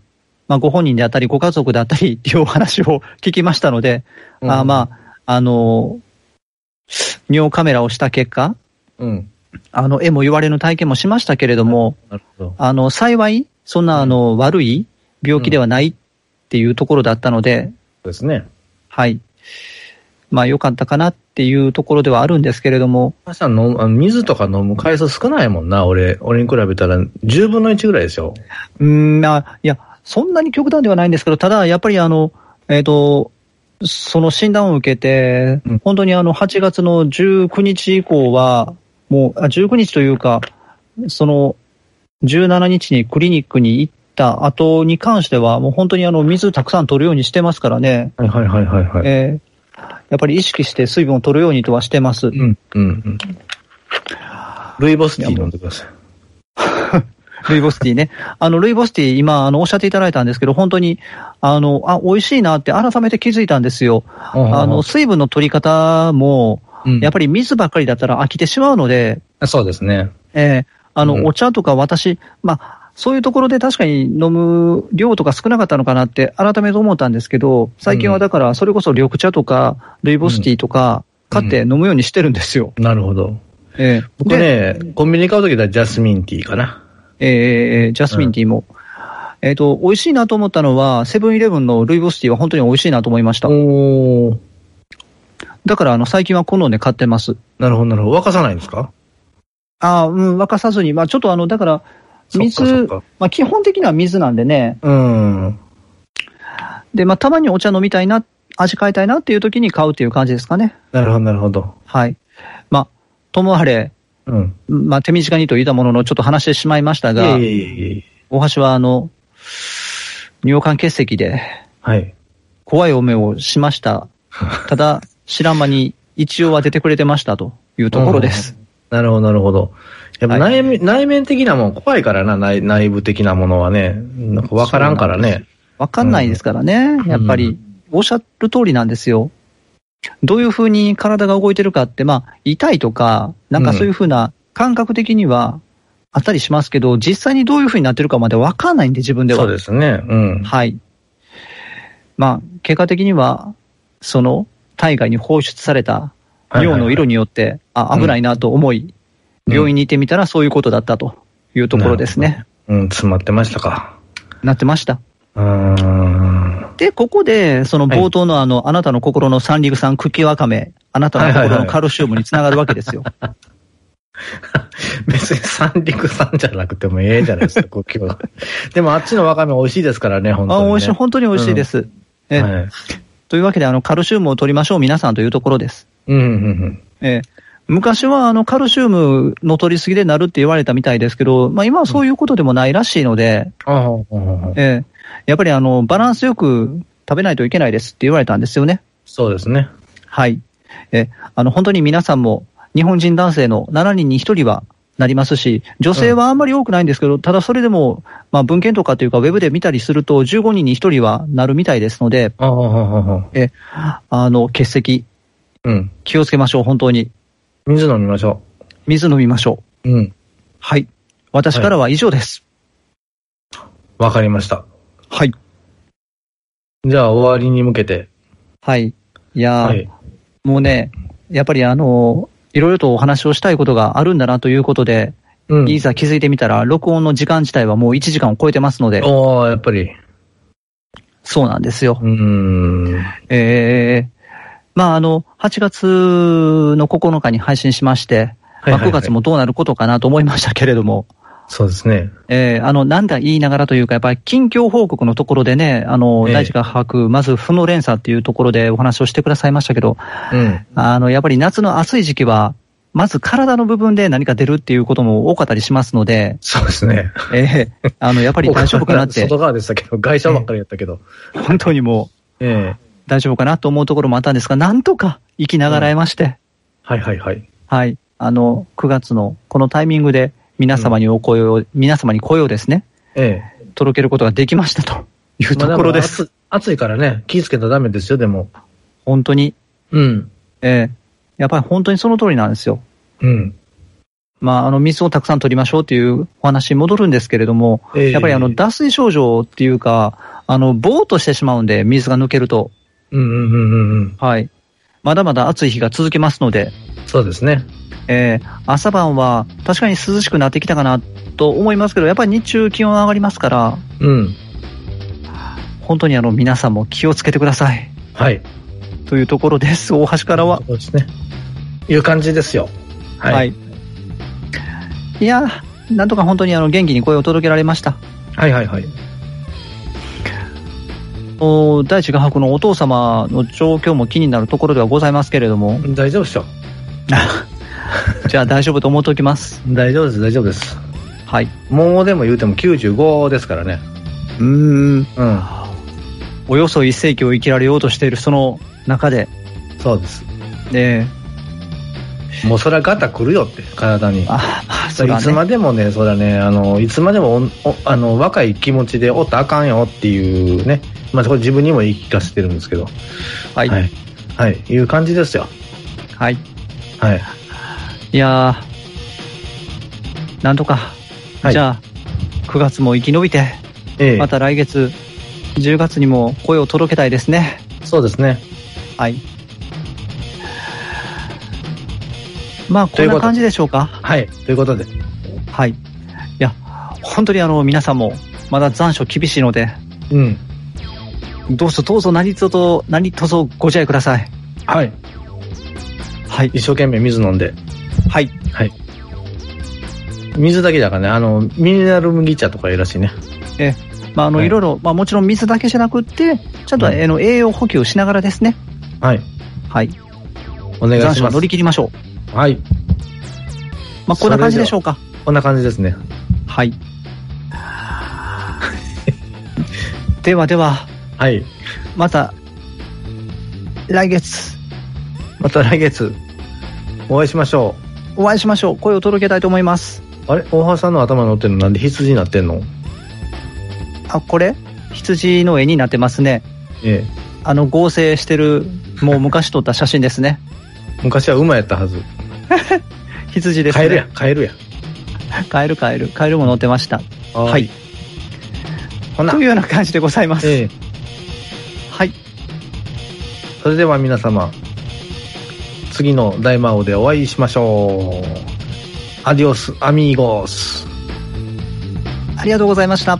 Speaker 2: まあ、ご本人であったり、ご家族であったりっていうお話を聞きましたので、
Speaker 1: うん
Speaker 2: あーまあ、あのー尿カメラをした結果、
Speaker 1: うん。
Speaker 2: あの、絵も言われぬ体験もしましたけれども、
Speaker 1: なるほど。
Speaker 2: あの、幸い、そんなあの、悪い病気ではないっていうところだったので、
Speaker 1: そうですね。
Speaker 2: はい。まあ、良かったかなっていうところではあるんですけれども、
Speaker 1: 皆さん飲む、あの水とか飲む回数少ないもんな、俺。俺に比べたら10分の1ぐらいですよ。
Speaker 2: うーん、まあ、いや、そんなに極端ではないんですけど、ただ、やっぱりあの、えっ、と、その診断を受けて、
Speaker 1: うん
Speaker 2: 本当にあの、8月の19日以降は、もう、あ19日というか、その、17日にクリニックに行った後に関しては、もう本当にあの、水たくさん取るようにしてますからね、
Speaker 1: はいはいはいはいはい。
Speaker 2: えーやっぱり意識して水分を取るようにとはしてます。
Speaker 1: うん、うん、うん。ルイボスティー飲んでください。
Speaker 2: ルイボスティーね。 [LAUGHS] あの、ルイボスティー、今、あの、おっしゃっていただいたんですけど、本当に、あの、あ、美味しいなって改めて気づいたんですよ。あの、水分の取り方も、
Speaker 1: うん
Speaker 2: やっぱり水ばっかりだったら飽きてしまうので、
Speaker 1: そうですね。
Speaker 2: えーあ
Speaker 1: う
Speaker 2: の、
Speaker 1: ん
Speaker 2: お茶とか私、まあ、そういうところで確かに飲む量とか少なかったのかなって改めて思ったんですけど、最近はだから、それこそ緑茶とか、ルイボスティーとか、
Speaker 1: うん
Speaker 2: 買って飲むようにしてるんですよ。
Speaker 1: なるほど。
Speaker 2: えー
Speaker 1: 僕ね、コンビニ買うときはジャスミンティーかな。
Speaker 2: えージャスミンティーも。えっ、と、美味しいなと思ったのは、セブンイレブンのルイボスティーは本当に美味しいなと思いました。
Speaker 1: おー。
Speaker 2: だから、あの、最近は好んで買ってます。
Speaker 1: なるほど、なるほど。沸かさないんですか
Speaker 2: ああ、うん、沸かさずに。まあ、ちょっとあの、だから、
Speaker 1: そっ
Speaker 2: 水
Speaker 1: か、そっか
Speaker 2: まあ、基本的には水なんでね。
Speaker 1: うん。
Speaker 2: で、まあ、たまにお茶飲みたいな、味変えたいなっていう時に買うっていう感じですかね。
Speaker 1: なるほど、なるほど。
Speaker 2: はい。まあ、ともあれ、
Speaker 1: うん。
Speaker 2: まあ、手短にと言ったものの、ちょっと話してしまいました
Speaker 1: いえ
Speaker 2: が、
Speaker 1: いえいえいえ
Speaker 2: 大橋は、あの、尿管結石で、
Speaker 1: はい。
Speaker 2: 怖い思いをし
Speaker 1: [LAUGHS]
Speaker 2: ました。ただ、知らん間に一応は出てくれてましたというところです。
Speaker 1: なるほど、なるほど。やっぱ
Speaker 2: は
Speaker 1: 内,、内面的なもん怖いからな、内内部的なものはね。なんかわからんからね。
Speaker 2: わかんないですからね、やっぱり。おっしゃる通りなんですよ。どういうふうに体が動いてるかって、まあ、痛いとか、なんかそういうふうな感覚的にはあったりしますけど、実際にどういうふうになってるかまでわかんないんで、自分では。
Speaker 1: そうですね。うん。
Speaker 2: はい。まあ、結果的には、その、体外に放出された尿の色によって、あ、危ないなと思い、
Speaker 1: うん
Speaker 2: 病院に行ってみたらそういうことだったというところですね。
Speaker 1: うん、詰まってましたか。
Speaker 2: なってました。
Speaker 1: うーん。
Speaker 2: で、ここで、その冒頭のあの、あなたの心の三陸産茎わかめ、あなたの
Speaker 1: はいは
Speaker 2: 心
Speaker 1: いは
Speaker 2: の
Speaker 1: い
Speaker 2: カルシウムにつながるわ
Speaker 1: [LAUGHS]
Speaker 2: けですよ。
Speaker 1: 別に三陸さんじゃなくてもええじゃないですか、こう今
Speaker 2: [LAUGHS]
Speaker 1: 日。でもあっちのわかめ美味しいですからね、本当に、
Speaker 2: あ、
Speaker 1: ね。
Speaker 2: 美味しい、本当に美味しいです。え
Speaker 1: はい。
Speaker 2: というわけで、あの、カルシウムを取りましょう、皆さんというところです。
Speaker 1: うん、うん、
Speaker 2: ええ昔はあのカルシウムの取りすぎでなるって言われたみたいですけど、まあ、今はそういうことでもないらしいので、
Speaker 1: うん。ああ、
Speaker 2: ええやっぱりあのバランスよく食べないといけないですって言われたんですよね。
Speaker 1: そうですね。
Speaker 2: はい。えあの本当に皆さんも日本人男性の7人に1人はなりますし、女性はあんまり多くないんですけど、ただそれでも、まあ、文献とかというか、ウェブで見たりすると、15人に1人はなるみたいですので、
Speaker 1: ああ、ああ、
Speaker 2: えあの欠席、
Speaker 1: うん。
Speaker 2: 気をつけましょう、本当に。
Speaker 1: 水飲みましょ
Speaker 2: 水飲みましょう。
Speaker 1: う。うん。
Speaker 2: はい。私からは以上です。
Speaker 1: わかりました。
Speaker 2: はい。
Speaker 1: じゃあ、終わりに向けて。
Speaker 2: はい。いやー、
Speaker 1: はい。
Speaker 2: もうね、やっぱりあの、いろいろとお話をしたいことがあるんだなということで、
Speaker 1: うん。
Speaker 2: いざ気づいてみたら、録音の時間自体はもう1時間を超えてますので、
Speaker 1: おー、やっぱり。
Speaker 2: そうなんですよ
Speaker 1: う。ーん。
Speaker 2: ええまああの、8月の9日に配信しまして、
Speaker 1: はいはいはい
Speaker 2: まあ9月もどうなることかなと思いましたけれども、
Speaker 1: そうですね。
Speaker 2: ええあの、なんだ言いながらというか、やっぱり近況報告のところでね、あの、
Speaker 1: ええ
Speaker 2: 大地が把握、まず負の連鎖っていうところでお話をしてくださいましたけど、
Speaker 1: うん。
Speaker 2: あの、やっぱり夏の暑い時期は、まず体の部分で何か出るっていうことも多かったりしますので、
Speaker 1: そうですね。
Speaker 2: ええあの、やっ
Speaker 1: [LAUGHS]
Speaker 2: ぱり大丈夫かなって
Speaker 1: 外、側でしたけど、外車ばっかりやったけど。
Speaker 2: 本当にもう
Speaker 1: ええ。
Speaker 2: 大丈夫かなと思うところもあったんですが、なんとか生きながらえまして、
Speaker 1: はいはいはい。
Speaker 2: はい。あの、9月のこのタイミングで皆様にお声を、皆様に声をですね、
Speaker 1: ええ。
Speaker 2: 届けることができましたというところです。
Speaker 1: まあ。も暑暑いからね、気ぃつけたらダメですよ、でも。
Speaker 2: 本当に、
Speaker 1: うん。
Speaker 2: ええやっぱり本当にその通りなんですよ。
Speaker 1: うん。
Speaker 2: まあ、あの、水をたくさん取りましょうというお話に戻るんですけれども、
Speaker 1: ええ
Speaker 2: やっぱりあの、脱水症状っていうか、あの、ぼーっとしてしまうんで、水が抜けると。
Speaker 1: うんうんうんうんうん。
Speaker 2: はい。まだまだ暑い日が続きますので、
Speaker 1: そうですね。
Speaker 2: えー朝晩は確かに涼しくなってきたかなと思いますけど、やっぱり日中気温上がりますから、
Speaker 1: うん。
Speaker 2: 本当にあの皆さんも気をつけてください。
Speaker 1: はい。
Speaker 2: というところです。大橋からは。
Speaker 1: そうですね。いう感じですよ。はい。
Speaker 2: はい。い、やー、なんとか本当にあの元気に声を届けられました。
Speaker 1: はいはいはい。
Speaker 2: お大地画伯のお父様の状況も気になるところではございますけれども、
Speaker 1: 大丈夫でしょ。
Speaker 2: じゃあ大丈夫と思っておきます。
Speaker 1: 大丈夫です、大丈夫です。
Speaker 2: はい。
Speaker 1: もうでも言うても95ですからね。
Speaker 2: うーん。
Speaker 1: うん。
Speaker 2: およそ一世紀を生きられようとしているその中で、
Speaker 1: そうです。
Speaker 2: え
Speaker 1: もうそりゃガタ来るよって、体に
Speaker 2: ー、。あ、まあ、それ
Speaker 1: い
Speaker 2: は
Speaker 1: つ
Speaker 2: ね、
Speaker 1: までもね、そりゃね、あの、いつまでもおんおあの若い気持ちでおったらあかんよっていうね、まあ、これ自分にも言い聞かせてるんですけど、
Speaker 2: はい。
Speaker 1: は
Speaker 2: はい。
Speaker 1: い。はい、いう感じですよ。
Speaker 2: い、
Speaker 1: はい。
Speaker 2: やー、なんとか、
Speaker 1: はい
Speaker 2: じゃあ、9月も生き延びて、
Speaker 1: ええ
Speaker 2: また来月、10月にも声を届けたいですね。
Speaker 1: そうですね。
Speaker 2: はい。まあ、
Speaker 1: と
Speaker 2: こ
Speaker 1: い
Speaker 2: ん
Speaker 1: うこと
Speaker 2: な感じでしょうか。
Speaker 1: はい。ということで、
Speaker 2: はい。いや、本当にあの、皆さんも、まだ残暑厳しいので、
Speaker 1: うん。
Speaker 2: どうぞどうぞ何卒と、何卒ご自愛ください。
Speaker 1: はい。
Speaker 2: はい。
Speaker 1: 一生懸命水飲んで、
Speaker 2: はい。
Speaker 1: はい。水だけだからね、あの、ミネラル麦茶とかいいらしいね。
Speaker 2: まあ、あの、
Speaker 1: はい
Speaker 2: いろいろ、まあ、もちろん水だけじゃなくって、ちゃんと、
Speaker 1: うん
Speaker 2: あの、栄養補給をしながらですね。
Speaker 1: はい。
Speaker 2: はい。
Speaker 1: お願い
Speaker 2: 残
Speaker 1: し
Speaker 2: 暑は
Speaker 1: ます
Speaker 2: 乗り。切りましょう。
Speaker 1: はい。
Speaker 2: まあ、こんな感じでしょうか。
Speaker 1: こんな感じですね。
Speaker 2: はい。 [LAUGHS] ではでは、
Speaker 1: はい。
Speaker 2: また、来月、
Speaker 1: また来月、お会いしましょ
Speaker 2: お会いしましょう。声を届けたいと思います。
Speaker 1: う。あれ大橋さんの頭に乗ってるのなんで羊になってんの
Speaker 2: あ、これ羊の絵になってますね。
Speaker 1: ええ。
Speaker 2: あの、合成してる、もう昔撮った写真ですね。 [LAUGHS]
Speaker 1: 昔は馬やったはず。
Speaker 2: 羊です
Speaker 1: カ
Speaker 2: ね。
Speaker 1: エルや、カエルや。
Speaker 2: [LAUGHS] カエル。カエル、カエルも乗ってました。は。。
Speaker 1: はいほな
Speaker 2: という、ような感じでございます。
Speaker 1: ええ。
Speaker 2: はい。
Speaker 1: それでは皆様、次の大魔王でお会いしましょう。アディオス、アミーゴス。
Speaker 2: ありがとうございました。